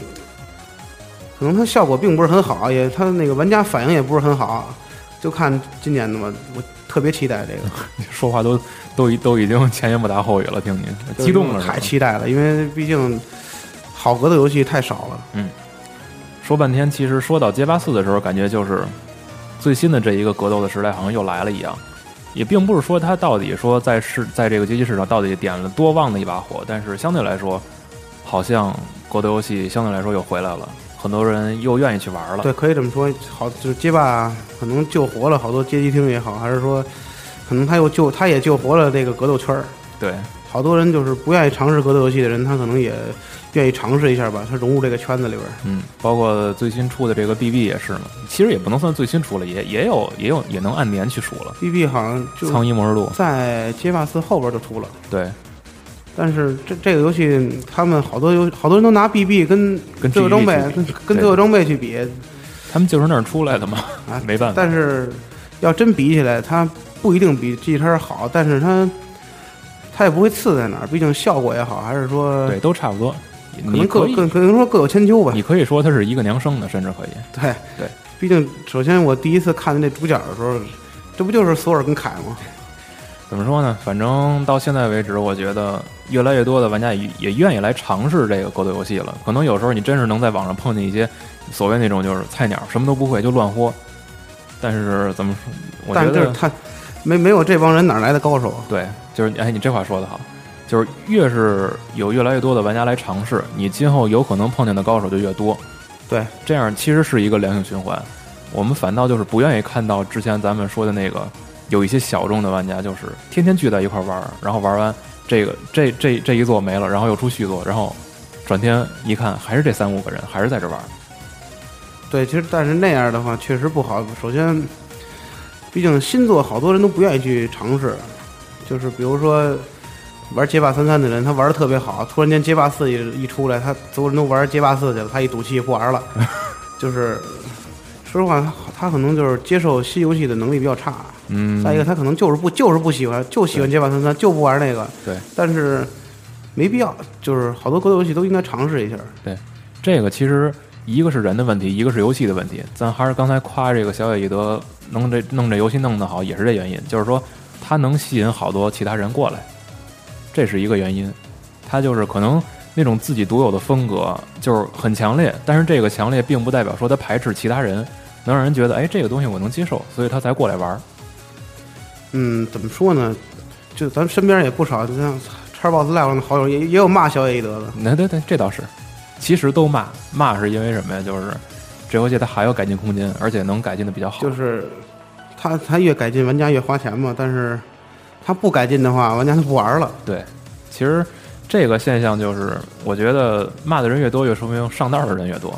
可能它效果并不是很好，也它那个玩家反应也不是很好，就看今年的吧。我特别期待这个，
说话都都已都已经前言不搭后语了，听你 [laughs] 激动了是吧，
太期待了，因为毕竟好格斗游戏太少了。
说半天，其实说到街霸四的时候，感觉就是最新的这一个格斗的时代好像又来了一样。也并不是说它到底说在市在这个街机市场到底点了多旺的一把火，但是相对来说，好像格斗游戏相对来说又回来了，很多人又愿意去玩了。
对，可以这么说，好，就是街霸可能救活了好多街机厅也好，还是说，可能他又救，他也救活了这个格斗圈儿。
对，
好多人就是不愿意尝试格斗游戏的人，他可能也愿意尝试一下吧，他融入这个圈子里边儿。
嗯，包括最新出的这个 BB 也是嘛，其实也不能算最新出了，也也有也有也能按年去数了。
BB 好像就
苍衣模式录，
在街霸四后边就出了，
对，
但是这这个游戏他们好多游好多人都拿 BB 跟
跟
自由
GG
装备
去
跟
对
跟自由装备去比
他们就是那儿出来的嘛，
啊，
没办法。
但是要真比起来，它不一定比 G 叉好，但是它它也不会次在哪儿，毕竟效果也好，还是说
对，都差不多。
可
你
能各
可以
各可能说各有千秋吧
你。可以说它是一个娘生的，甚至可以。
对
对，
毕竟首先我第一次看那主角的时候，这不就是索尔跟凯吗？
怎么说呢？反正到现在为止，我觉得越来越多的玩家也也愿意来尝试这个格斗游戏了。可能有时候你真是能在网上碰见一些所谓那种就是菜鸟，什么都不会就乱豁。但是怎么说？我
但
觉
是就是
得
他没没有这帮人哪来的高手啊？
对，就是哎，你这话说的好，就是越是有越来越多的玩家来尝试，你今后有可能碰见的高手就越多。
对，
这样其实是一个良性循环。我们反倒就是不愿意看到之前咱们说的那个有一些小众的玩家，就是天天聚在一块玩儿，然后玩完这个这这这一座没了，然后又出续作，然后转天一看还是这三五个人，还是在这玩儿。
对，其实但是那样的话确实不好。首先，毕竟新作好多人都不愿意去尝试，就是比如说玩街霸三三的人，他玩的特别好，突然间街霸四一一出来，他所有人都玩街霸四去了，他一赌气不
[laughs]
玩了。就是说实话，他他可能就是接受新游戏的能力比较差。
嗯，
再一个，他可能就是不就是不喜欢，就喜欢街霸三三，就不玩那个。
对，
但是没必要，就是好多格斗游戏都应该尝试一下。
这个其实一个是人的问题，一个是游戏的问题。咱还是刚才夸这个小野义德能这弄这游戏弄得好，也是这原因，就是说他能吸引好多其他人过来，这是一个原因。他就是可能那种自己独有的风格就是很强烈，但是这个强烈并不代表说他排斥其他人，能让人觉得哎这个东西我能接受，所以他才过来玩儿。 [laughs]
嗯，怎么说呢？就咱身边也不少，就像叉 box live 上的好友也也有骂小野一德的。
那对对，这倒是。其实都骂骂是因为什么呀？就是这游戏它还有改进空间，而且能改进的比较好。
就是他他越改进，玩家越花钱嘛。但是他不改进的话，玩家就不玩了。
对，其实这个现象就是，我觉得骂的人越多，越说明上道的人越多，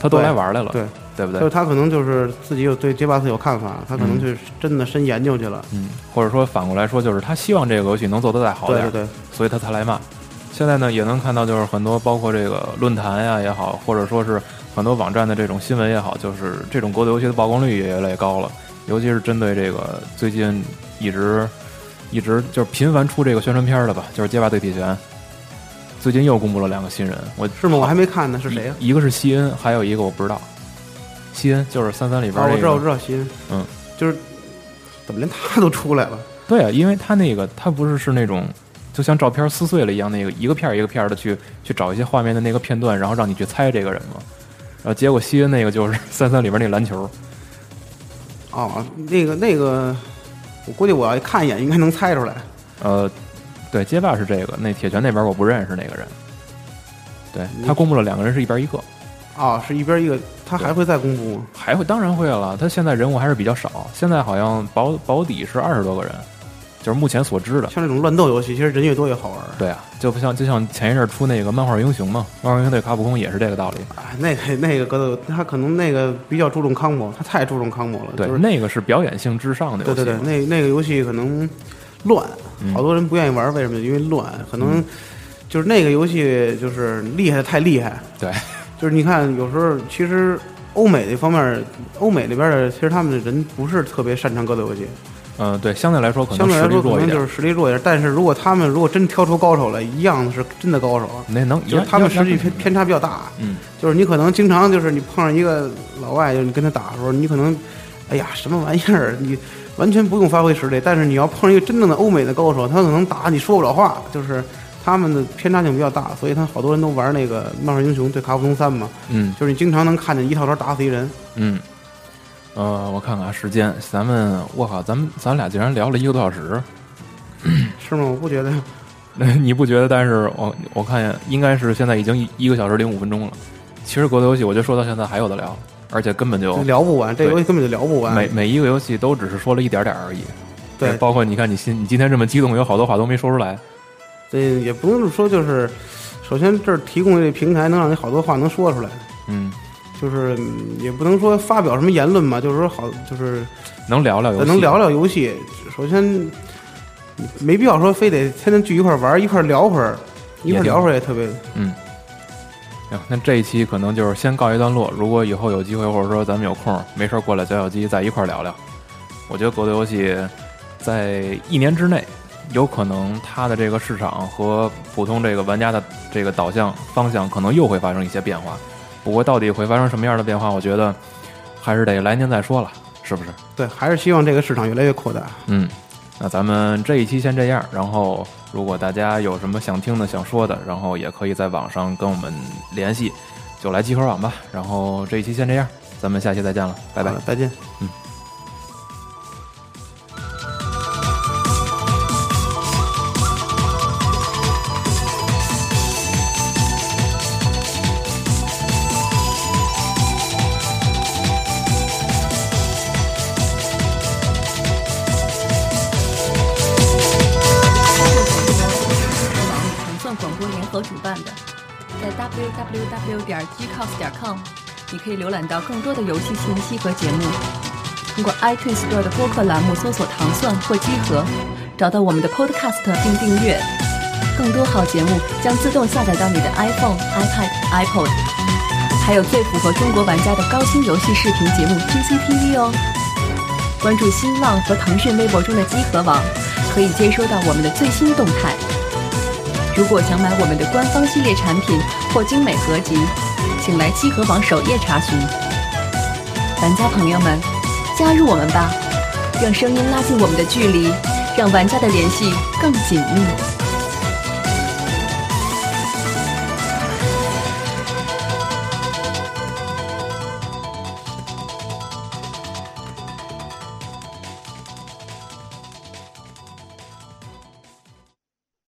他都
对
来玩来了，
对，
对不
就是
对？
他可能就是自己有对街霸四有看法，他可能
嗯
就真的深研究去了。
嗯，或者说反过来说，就是他希望这个游戏能做得再好
对
点
对
儿，
对，
所以他才来骂。现在呢，也能看到就是很多包括这个论坛呀也好，或者说是很多网站的这种新闻也好，就是这种格斗游戏的曝光率也越来越高了，尤其是针对这个最近一直一直就是频繁出这个宣传片儿的吧，就是《街霸对铁拳》，最近又公布了两个新人，我
是吗？我还没看呢，是谁呀、啊
一一个是西恩，还有一个我不知道。西恩就是三三里边
啊，
儿
我
那
知
个，
道，我知道，新，
嗯，
就是怎么连他都出来了？
对啊，因为他那个他不是是那种就像照片撕碎了一样，那个一个片儿一个片儿的去去找一些画面的那个片段，然后让你去猜这个人嘛。然后结果西恩那个就是 [laughs] 三三里边那篮球，
哦，那个那个，我估计我要看一眼应该能猜出来。
呃，对，街霸是这个，那铁拳那边我不认识那个人。对
嗯
他公布了两个人是一边一个，
哦，是一边一个，他还会再公布吗？
还会当然会了。他现在人物还是比较少，现在好像保保底是二十多个人，就是目前所知的。
像这种乱斗游戏，其实人越多越好玩。
对啊，就不像就像前一阵儿出那个漫画英雄嘛，漫画英雄对卡普空也是这个道理。
哎，那个那个格斗，他可能那个比较注重康博，他太注重康博了。
对，
就是
那个是表演性至上的游
对
戏嗯
对
嘛。
对，那那个游戏可能乱，好多人不愿意玩，为什么？因为乱，可
嗯
能就是那个游戏就是厉害的太厉害。
对
[laughs] 就是你看，有时候其实欧美这方面，欧美那边的其实他们的人不是特别擅长格斗游戏，
嗯、对，相对来说可
相
能
对
实
来
力
说可
弱一
能
点
就
儿。
是实力弱一点。但是如果他们如果真挑出高手来，一样是真的高手。啊
那能，
就是他们实力偏偏差比较大，
嗯，
就是你可能经常就是你碰上一个老外，就是你跟他打的时候，你可能，哎呀，什么玩意儿，你完全不用发挥实力。但是你要碰上一个真正的欧美的高手，他可能打你说不了话，就是他们的偏差性比较大，所以他好多人都玩那个漫画英雄对卡普空三嘛，
嗯
就是你经常能看见一套招打死一人。
嗯，呃，我看看啊时间，咱们我靠，咱们咱俩竟然聊了一个多小时， [laughs]
是吗？我不觉得，
你不觉得？但是我我看见应该是现在已经一一个小时零五分钟了。其实格斗游戏，我觉得说到现在还有的聊，而且根本就
就聊不完，这
对
游戏根本就聊不完。
每每一个游戏都只是说了一点点而已。
对，
包括你看你今你今天这么激动，有好多话都没说出来。
这也不用说，就是首先这儿提供这平台能让你好多话能说出来，
嗯，
就是嗯也不能说发表什么言论吧，就是说好，就是
能聊聊游戏，
能聊聊游戏。首先没必要说非得天天聚一块儿玩儿，一块儿聊会儿，一块儿聊会儿也特别。
行，那这一期可能就是先告一段落。如果以后有机会，或者说咱们有空没事儿过来搅搅机，再一块儿聊聊。我觉得格斗游戏在一年之内，有可能它的这个市场和普通这个玩家的这个导向方向，可能又会发生一些变化。不过到底会发生什么样的变化，我觉得还是得来年再说了，是不是？
对，还是希望这个市场越来越扩大。
嗯，那咱们这一期先这样。然后，如果大家有什么想听的、想说的，然后也可以在网上跟我们联系，就来集合网吧。然后这一期先这样，咱们下期再见了，拜拜
好。了，再见。
网络腾讯广播联合主办的，在 www 点 gcos 点 com，你可以浏览到更多的游戏信息和节目。通过 iTunes Store 的播客栏目搜索“糖蒜”或“集合”，找到我们的 Podcast 并订阅。更多好节目将自动下载到你的 iPhone、iPad、iPod，还有最符合中国玩家的高清游戏视频节目 GCTV 哦。关注新浪和腾讯微博中的“集合网”，可以接收到我们的最新动态。如果想买我们的官方系列产品或精美合集，请来七合网首页查询。玩家朋友们，加入我们吧，让声音拉近我们的距离，让玩家的联系更紧密。